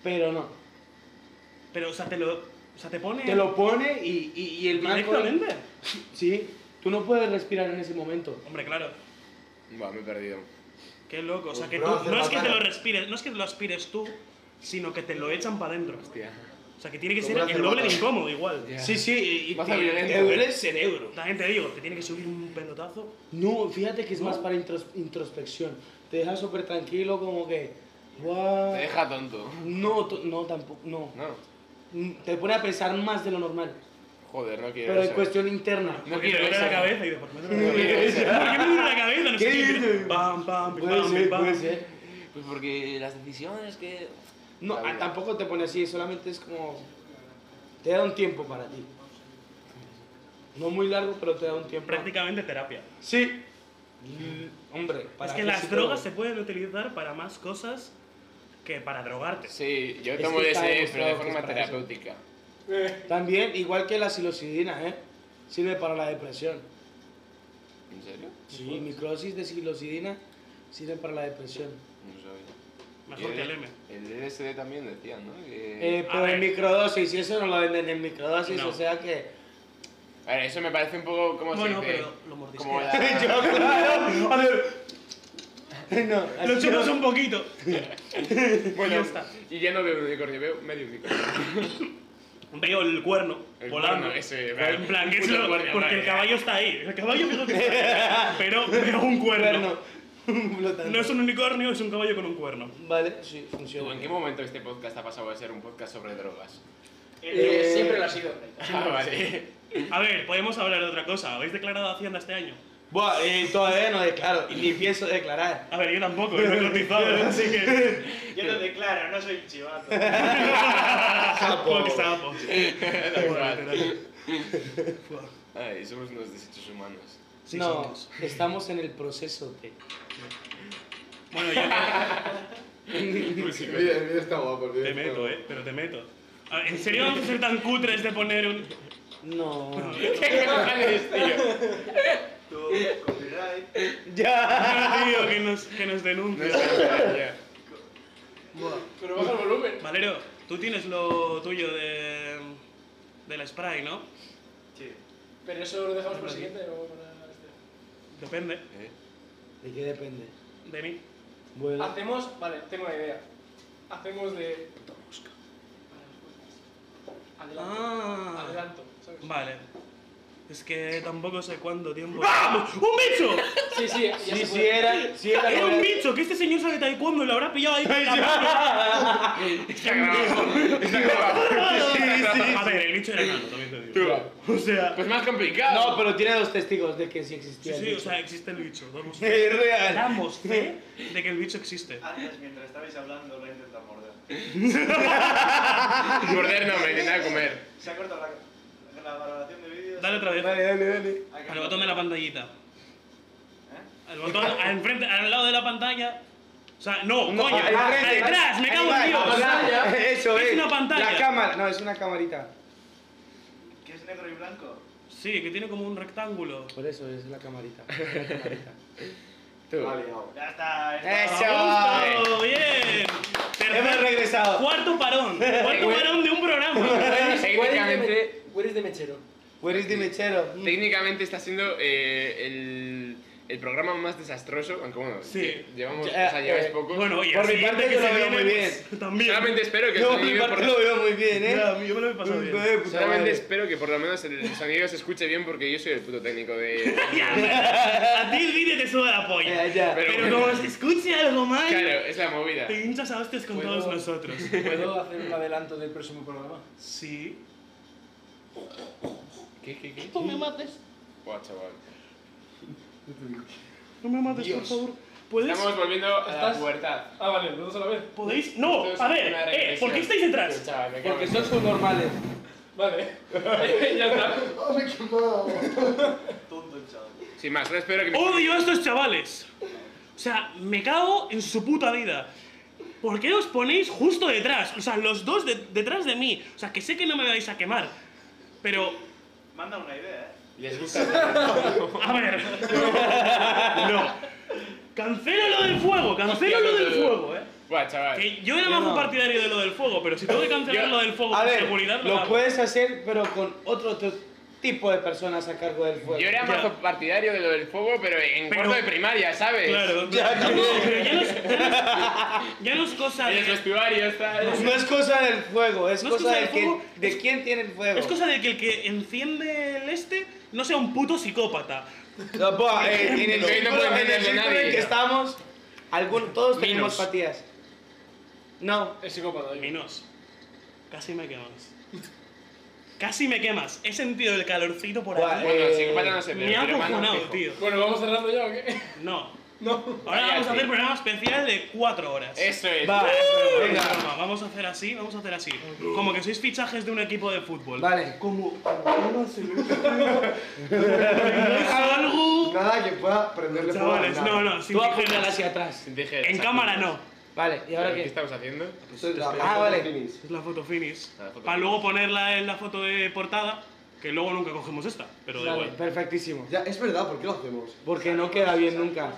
[SPEAKER 5] Pero no.
[SPEAKER 6] Pero, o sea, te lo. O sea, te pone.
[SPEAKER 5] Te lo pone y, y, y el man con-
[SPEAKER 6] directamente.
[SPEAKER 5] Sí, tú no puedes respirar en ese momento.
[SPEAKER 6] Hombre, claro.
[SPEAKER 4] Buah, me he perdido.
[SPEAKER 6] Qué loco. O sea,
[SPEAKER 2] Pues,
[SPEAKER 6] que tú.
[SPEAKER 2] bro, hace
[SPEAKER 6] No es que te
[SPEAKER 2] bacana.
[SPEAKER 6] lo respires, no es que lo aspires tú, sino que te lo echan para adentro.
[SPEAKER 4] Hostia.
[SPEAKER 6] O sea, que tiene que
[SPEAKER 2] Como
[SPEAKER 6] ser
[SPEAKER 2] una
[SPEAKER 6] el doble de
[SPEAKER 2] cerveza.
[SPEAKER 6] incómodo, igual.
[SPEAKER 4] Ya.
[SPEAKER 5] Sí, sí, y, y
[SPEAKER 4] Vas a
[SPEAKER 5] te-
[SPEAKER 4] violento,
[SPEAKER 5] te duele
[SPEAKER 4] ¿eh?
[SPEAKER 5] el cerebro.
[SPEAKER 6] También te digo, te tiene que subir un pelotazo.
[SPEAKER 5] No, fíjate que es más para intros- introspección. Te deja súper tranquilo, como que. "Guau".
[SPEAKER 4] Te deja tonto.
[SPEAKER 5] No, to- no, tampoco, no.
[SPEAKER 4] No.
[SPEAKER 5] Mm, Te pone a pensar más de lo normal.
[SPEAKER 4] Joder, no quiero
[SPEAKER 5] Pero en
[SPEAKER 4] eso.
[SPEAKER 5] cuestión interna.
[SPEAKER 4] No
[SPEAKER 6] Porque te
[SPEAKER 4] quiero
[SPEAKER 6] duele
[SPEAKER 4] eso.
[SPEAKER 6] la cabeza y de por qué me duele la cabeza. *laughs* ¿Por qué me duele la cabeza? No sé
[SPEAKER 5] ¿Qué
[SPEAKER 6] qué.
[SPEAKER 5] dices?
[SPEAKER 6] Pam, pam, pim,
[SPEAKER 5] Puede
[SPEAKER 6] pam, pim,
[SPEAKER 5] ser,
[SPEAKER 6] pam.
[SPEAKER 5] puede ser.
[SPEAKER 4] Pues porque las decisiones que.
[SPEAKER 5] No,
[SPEAKER 4] La
[SPEAKER 5] ah,
[SPEAKER 4] vida.
[SPEAKER 5] tampoco te pone así, solamente es como. Te da un tiempo para ti. No muy largo, pero te da un tiempo.
[SPEAKER 6] Prácticamente terapia.
[SPEAKER 5] Sí. Mm, Hombre, para
[SPEAKER 6] es que
[SPEAKER 5] qué
[SPEAKER 6] las
[SPEAKER 5] psicólogo.
[SPEAKER 6] drogas se pueden utilizar para más cosas que para drogarte.
[SPEAKER 4] Sí, yo
[SPEAKER 5] Es
[SPEAKER 4] tomo
[SPEAKER 5] que
[SPEAKER 4] de
[SPEAKER 5] está
[SPEAKER 4] ese,
[SPEAKER 5] demostrado
[SPEAKER 4] pero de
[SPEAKER 5] que es
[SPEAKER 4] forma
[SPEAKER 5] para eso.
[SPEAKER 4] terapéutica.
[SPEAKER 5] También, igual que la psilocibina, ¿eh? Sirve para la depresión.
[SPEAKER 4] ¿En serio?
[SPEAKER 5] Sí, microdosis de psilocibina sirve para la depresión.
[SPEAKER 4] No sabía.
[SPEAKER 6] Mejor
[SPEAKER 4] Y
[SPEAKER 6] que el
[SPEAKER 4] el-
[SPEAKER 6] M.
[SPEAKER 4] El LSD también decían, ¿no? Que-
[SPEAKER 5] Eh,
[SPEAKER 6] a
[SPEAKER 5] pero en
[SPEAKER 6] ver.
[SPEAKER 5] microdosis, y eso no lo venden en microdosis,
[SPEAKER 6] No.
[SPEAKER 5] o sea que.
[SPEAKER 4] A ver, eso me parece un poco como
[SPEAKER 6] Bueno,
[SPEAKER 4] se dice.
[SPEAKER 6] pero lo mordiste.
[SPEAKER 4] como
[SPEAKER 6] *laughs*
[SPEAKER 4] la-
[SPEAKER 5] A ver. No, así
[SPEAKER 6] Lo
[SPEAKER 5] no.
[SPEAKER 6] chupas un poquito.
[SPEAKER 4] *laughs* Bueno,
[SPEAKER 6] Ya está.
[SPEAKER 4] y ya no veo un unicornio, veo medio unicornio.
[SPEAKER 6] Veo el cuerno
[SPEAKER 4] El
[SPEAKER 6] volando.
[SPEAKER 4] cuerno, ese,
[SPEAKER 6] Pero en plan,
[SPEAKER 4] un
[SPEAKER 6] que es
[SPEAKER 4] puto
[SPEAKER 6] lo-
[SPEAKER 4] cuerno,
[SPEAKER 6] porque el
[SPEAKER 4] vale.
[SPEAKER 6] caballo está ahí. El caballo fijo
[SPEAKER 4] *laughs*
[SPEAKER 6] que está ahí. Pero veo un
[SPEAKER 5] Cuerno.
[SPEAKER 6] cuerno.
[SPEAKER 5] *laughs* Flotando.
[SPEAKER 6] No es un unicornio, es un caballo con un cuerno.
[SPEAKER 5] Vale, sí,
[SPEAKER 4] Tú,
[SPEAKER 5] funciona.
[SPEAKER 4] ¿En qué momento este podcast ha pasado de ser un podcast sobre drogas?
[SPEAKER 5] Eh,
[SPEAKER 3] Siempre lo ha sido.
[SPEAKER 4] Ah, vale.
[SPEAKER 6] A ver, podemos hablar de otra cosa. ¿Habéis declarado Hacienda este año?
[SPEAKER 5] Buah, eh, todavía no declaro, y ni pienso declarar.
[SPEAKER 6] A ver, yo tampoco, yo no he cotizado, ¿eh? así que.
[SPEAKER 1] Yo lo declaro, no soy chivato.
[SPEAKER 6] Sapo, que sapo.
[SPEAKER 4] Ay, somos unos desechos humanos.
[SPEAKER 6] Sí,
[SPEAKER 5] no,
[SPEAKER 6] somos.
[SPEAKER 5] estamos en el proceso de.
[SPEAKER 6] Bueno, ya
[SPEAKER 2] El vídeo el vídeo está guapo, el
[SPEAKER 6] te,
[SPEAKER 2] vídeo
[SPEAKER 6] te
[SPEAKER 2] está
[SPEAKER 6] meto,
[SPEAKER 2] guapo.
[SPEAKER 6] eh, pero te meto. A ver, ¿En serio vamos a ser tan cutres de poner un.?
[SPEAKER 5] No.
[SPEAKER 4] ¿Qué cojones, tío?
[SPEAKER 1] Tú, copyright.
[SPEAKER 5] ya.
[SPEAKER 6] Ah, tío, que nos, que nos
[SPEAKER 4] No
[SPEAKER 6] denuncia.
[SPEAKER 4] sé,
[SPEAKER 7] Pero baja el volumen.
[SPEAKER 6] Valero, tú tienes lo tuyo de. del spray, ¿no?
[SPEAKER 1] Sí.
[SPEAKER 7] Pero eso lo dejamos para el siguiente o para este.
[SPEAKER 6] Depende
[SPEAKER 4] ya. ¿Eh?
[SPEAKER 5] ¿De qué depende?
[SPEAKER 6] de mí.
[SPEAKER 5] Bueno,
[SPEAKER 7] Hacemos. Vale, tengo una idea. Hacemos de. Adelanto.
[SPEAKER 6] Ah,
[SPEAKER 7] Adelanto, ¿sabes?
[SPEAKER 6] vale. Es que tampoco sé cuánto tiempo. ¡Ah! ¡Un bicho!
[SPEAKER 7] Sí, sí, ya
[SPEAKER 5] si
[SPEAKER 7] se
[SPEAKER 5] sí,
[SPEAKER 7] puede.
[SPEAKER 5] era, sí era.
[SPEAKER 6] ¡Era un bicho! Que este señor sabe taekwondo y lo habrá pillado ahí. con la mano.
[SPEAKER 4] Está grabado. Está grabado.
[SPEAKER 6] A ver, el bicho era enano, también te digo.
[SPEAKER 4] Tú,
[SPEAKER 6] O sea.
[SPEAKER 4] Pues más complicado.
[SPEAKER 5] No, pero tiene dos testigos de que sí existía.
[SPEAKER 6] Sí,
[SPEAKER 5] el
[SPEAKER 6] sí, o
[SPEAKER 5] bicho.
[SPEAKER 6] sea, existe el bicho. Damos
[SPEAKER 5] Es
[SPEAKER 6] fe.
[SPEAKER 5] real.
[SPEAKER 6] Damos fe de que el bicho existe.
[SPEAKER 1] Antes, mientras estabais hablando, lo he intentado morder.
[SPEAKER 4] Morder no, me intentaba comer.
[SPEAKER 1] Se ha cortado la, la grabación de vídeos.
[SPEAKER 6] Dale otra vez.
[SPEAKER 5] Dale, dale, dale.
[SPEAKER 1] Hay que-
[SPEAKER 6] Al botón de la pantallita.
[SPEAKER 1] ¿Eh?
[SPEAKER 6] Al
[SPEAKER 1] *laughs*
[SPEAKER 6] botón, al enfrente, al lado de la pantalla. O sea, no,
[SPEAKER 5] No,
[SPEAKER 6] coño,
[SPEAKER 5] al frente,
[SPEAKER 6] al detrás,
[SPEAKER 5] al-
[SPEAKER 6] me
[SPEAKER 5] ahí
[SPEAKER 6] cago
[SPEAKER 5] va,
[SPEAKER 6] en Dios.
[SPEAKER 5] pantalla. Eso
[SPEAKER 6] Es
[SPEAKER 5] es.
[SPEAKER 6] una pantalla.
[SPEAKER 5] La cámara, no, es una camarita.
[SPEAKER 1] ¿Qué es negro y blanco?
[SPEAKER 6] Sí, que tiene como un rectángulo.
[SPEAKER 5] Por eso es la
[SPEAKER 6] *laughs*
[SPEAKER 5] camarita.
[SPEAKER 4] Tú.
[SPEAKER 2] Vale, no.
[SPEAKER 1] Ya está. está.
[SPEAKER 5] ¡Eso!
[SPEAKER 6] ¡A gusto! ¡Bien!
[SPEAKER 5] Hemos
[SPEAKER 6] Tercer,
[SPEAKER 5] regresado.
[SPEAKER 6] cuarto parón. Cuarto parón de un programa.
[SPEAKER 5] Where is the mechero?
[SPEAKER 4] Técnicamente está siendo eh, el, el programa más desastroso, aunque bueno,
[SPEAKER 6] Sí.
[SPEAKER 4] lle- llevamos,
[SPEAKER 2] Ya,
[SPEAKER 4] o sea, lleváis
[SPEAKER 2] eh,
[SPEAKER 4] poco.
[SPEAKER 6] Bueno, y
[SPEAKER 2] Por
[SPEAKER 6] al
[SPEAKER 2] mi
[SPEAKER 6] siguiente
[SPEAKER 2] parte,
[SPEAKER 6] que
[SPEAKER 2] yo
[SPEAKER 6] se
[SPEAKER 2] lo veo
[SPEAKER 6] viene,
[SPEAKER 2] muy
[SPEAKER 6] pues, También.
[SPEAKER 4] Solamente espero que el
[SPEAKER 2] Yo por mi
[SPEAKER 4] sonido
[SPEAKER 2] parte
[SPEAKER 4] por-
[SPEAKER 2] lo veo muy bien, ¿eh?
[SPEAKER 6] Ya, yo me lo he pasado bien.
[SPEAKER 2] Eh, puta
[SPEAKER 4] Solamente
[SPEAKER 2] madre.
[SPEAKER 4] espero que por lo menos el sonido se escuche bien porque yo soy el puto técnico de...
[SPEAKER 6] *laughs* Ya, pues, a ti el vídeo te suda la
[SPEAKER 2] Ya,
[SPEAKER 6] polla.
[SPEAKER 2] ya.
[SPEAKER 4] Pero
[SPEAKER 6] Pero
[SPEAKER 4] bueno.
[SPEAKER 6] como se escuche algo mal,
[SPEAKER 4] Claro, es la movida.
[SPEAKER 6] eh, te hinchas a hostias con
[SPEAKER 7] Puedo-
[SPEAKER 6] todos nosotros.
[SPEAKER 7] ¿Puedo hacer un adelanto del próximo programa?
[SPEAKER 6] Sí.
[SPEAKER 4] ¿Qué, qué, qué?
[SPEAKER 5] Tú me mates.
[SPEAKER 4] Buah, chaval.
[SPEAKER 6] No me mates, por
[SPEAKER 4] Dios.
[SPEAKER 6] favor. ¿Puedes?
[SPEAKER 4] Estamos volviendo a la
[SPEAKER 7] ¿Estás?
[SPEAKER 4] pubertad.
[SPEAKER 7] Ah, vale, los dos a la vez.
[SPEAKER 6] ¿Podéis? No,
[SPEAKER 4] Esto es
[SPEAKER 6] a ver,
[SPEAKER 4] una
[SPEAKER 6] eh,
[SPEAKER 4] regresión.
[SPEAKER 6] ¿por qué estáis detrás?
[SPEAKER 4] Chaval, me cago
[SPEAKER 5] Porque
[SPEAKER 4] en-
[SPEAKER 5] son subnormales.
[SPEAKER 7] Vale. *laughs* ya está.
[SPEAKER 4] Sin más, solo espero que... mi-
[SPEAKER 6] Odio a estos chavales. O sea, me cago en su puta vida. ¿Por qué os ponéis justo detrás? O sea, los dos de- detrás de mí. O sea, que sé que no me vais a quemar. Pero,
[SPEAKER 4] Les gusta...
[SPEAKER 6] *laughs* a ver. No. Cancelo lo del fuego, cancelo lo del fuego, eh.
[SPEAKER 4] Buah, chaval.
[SPEAKER 6] Que yo era más partidario de lo del fuego, pero si tengo que cancelar
[SPEAKER 4] Yo-
[SPEAKER 6] lo del fuego
[SPEAKER 5] A
[SPEAKER 6] por
[SPEAKER 5] ver,
[SPEAKER 6] seguridad, lo
[SPEAKER 5] lo
[SPEAKER 6] hago.
[SPEAKER 5] puedes hacer, pero con otro t- tipo de personas a cargo del fuego.
[SPEAKER 4] Yo era más
[SPEAKER 6] Ya.
[SPEAKER 4] partidario de lo del fuego, pero en
[SPEAKER 6] Pero-
[SPEAKER 4] cuarto de primaria, ¿sabes?
[SPEAKER 6] Claro,
[SPEAKER 5] Ya,
[SPEAKER 6] no, no, pero ya no es, ya no es- ya no es cosa
[SPEAKER 4] En el
[SPEAKER 6] de.
[SPEAKER 4] vestuario está...
[SPEAKER 5] No es cosa del fuego, es
[SPEAKER 6] No es
[SPEAKER 5] cosa,
[SPEAKER 6] cosa
[SPEAKER 5] de,
[SPEAKER 6] del fuego,
[SPEAKER 5] que- de quién tiene el fuego.
[SPEAKER 6] Es cosa de que el que enciende el este no sea un puto picópata.
[SPEAKER 5] No, buah, eh, en el
[SPEAKER 4] No puede
[SPEAKER 5] círculo, en el
[SPEAKER 4] entenderle
[SPEAKER 5] círculo en
[SPEAKER 4] nadie.
[SPEAKER 5] el que estamos, algún- todos tenemos
[SPEAKER 4] Minos.
[SPEAKER 5] patías. No,
[SPEAKER 7] Es psicópata. digo.
[SPEAKER 6] Minos, casi me quemas. Casi me quemas. He sentido el calorcito por
[SPEAKER 5] Buah,
[SPEAKER 6] aquí.
[SPEAKER 4] Bueno,
[SPEAKER 5] Eh,
[SPEAKER 4] psicópata no sé, pero...
[SPEAKER 6] me ha
[SPEAKER 4] pero mano
[SPEAKER 6] acojonado,
[SPEAKER 4] fijo.
[SPEAKER 6] tío.
[SPEAKER 7] Bueno, ¿vamos cerrando ya o qué?
[SPEAKER 6] No.
[SPEAKER 7] No.
[SPEAKER 6] Ahora
[SPEAKER 4] Vaya,
[SPEAKER 6] vamos a
[SPEAKER 4] tío.
[SPEAKER 6] hacer programa especial de 4 horas.
[SPEAKER 4] Eso es.
[SPEAKER 5] va,
[SPEAKER 6] Venga,
[SPEAKER 5] venga.
[SPEAKER 6] broma, vamos a hacer así, vamos a hacer así. Como que sois fichajes de un equipo de fútbol.
[SPEAKER 5] Vale.
[SPEAKER 6] Algo-
[SPEAKER 2] Nada que pueda prenderle fuego. a
[SPEAKER 6] Chavales,
[SPEAKER 2] nada.
[SPEAKER 6] no, no, sin
[SPEAKER 5] Tú apuntas
[SPEAKER 6] tijeras.
[SPEAKER 5] hacia atrás.
[SPEAKER 4] Sin tijeras.
[SPEAKER 6] En cámara no.
[SPEAKER 5] Vale, ¿y ahora
[SPEAKER 4] ¿Qué
[SPEAKER 5] qué?
[SPEAKER 4] estamos haciendo?
[SPEAKER 5] Ah, vale.
[SPEAKER 2] Finis.
[SPEAKER 6] Es la foto finish.
[SPEAKER 4] La foto
[SPEAKER 6] Para
[SPEAKER 4] finish.
[SPEAKER 6] luego ponerla en la foto de portada, que luego nunca cogemos esta, pero da
[SPEAKER 5] Vale,
[SPEAKER 6] igual.
[SPEAKER 5] perfectísimo.
[SPEAKER 2] Ya, es verdad, ¿por qué lo hacemos?
[SPEAKER 5] Porque no queda bien nunca.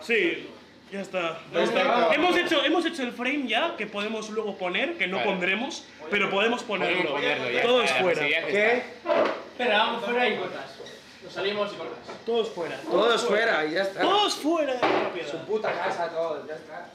[SPEAKER 6] Sí, ya está.
[SPEAKER 2] Perfecto.
[SPEAKER 6] Hemos hecho, hemos hecho el frame ya, que podemos luego poner, que no
[SPEAKER 4] Vale.
[SPEAKER 6] pondremos, pero podemos ponerlo.
[SPEAKER 4] Podemos ponerlo ya.
[SPEAKER 6] Todos
[SPEAKER 4] Ahora,
[SPEAKER 6] fuera.
[SPEAKER 4] pues, ya
[SPEAKER 5] ¿Qué?
[SPEAKER 4] está.
[SPEAKER 7] Espera, vamos fuera y cortas. Nos salimos y cortas.
[SPEAKER 6] Todos fuera.
[SPEAKER 5] Todos fuera y ya está.
[SPEAKER 6] Todos fuera.
[SPEAKER 5] Puta casa, todos, ya está.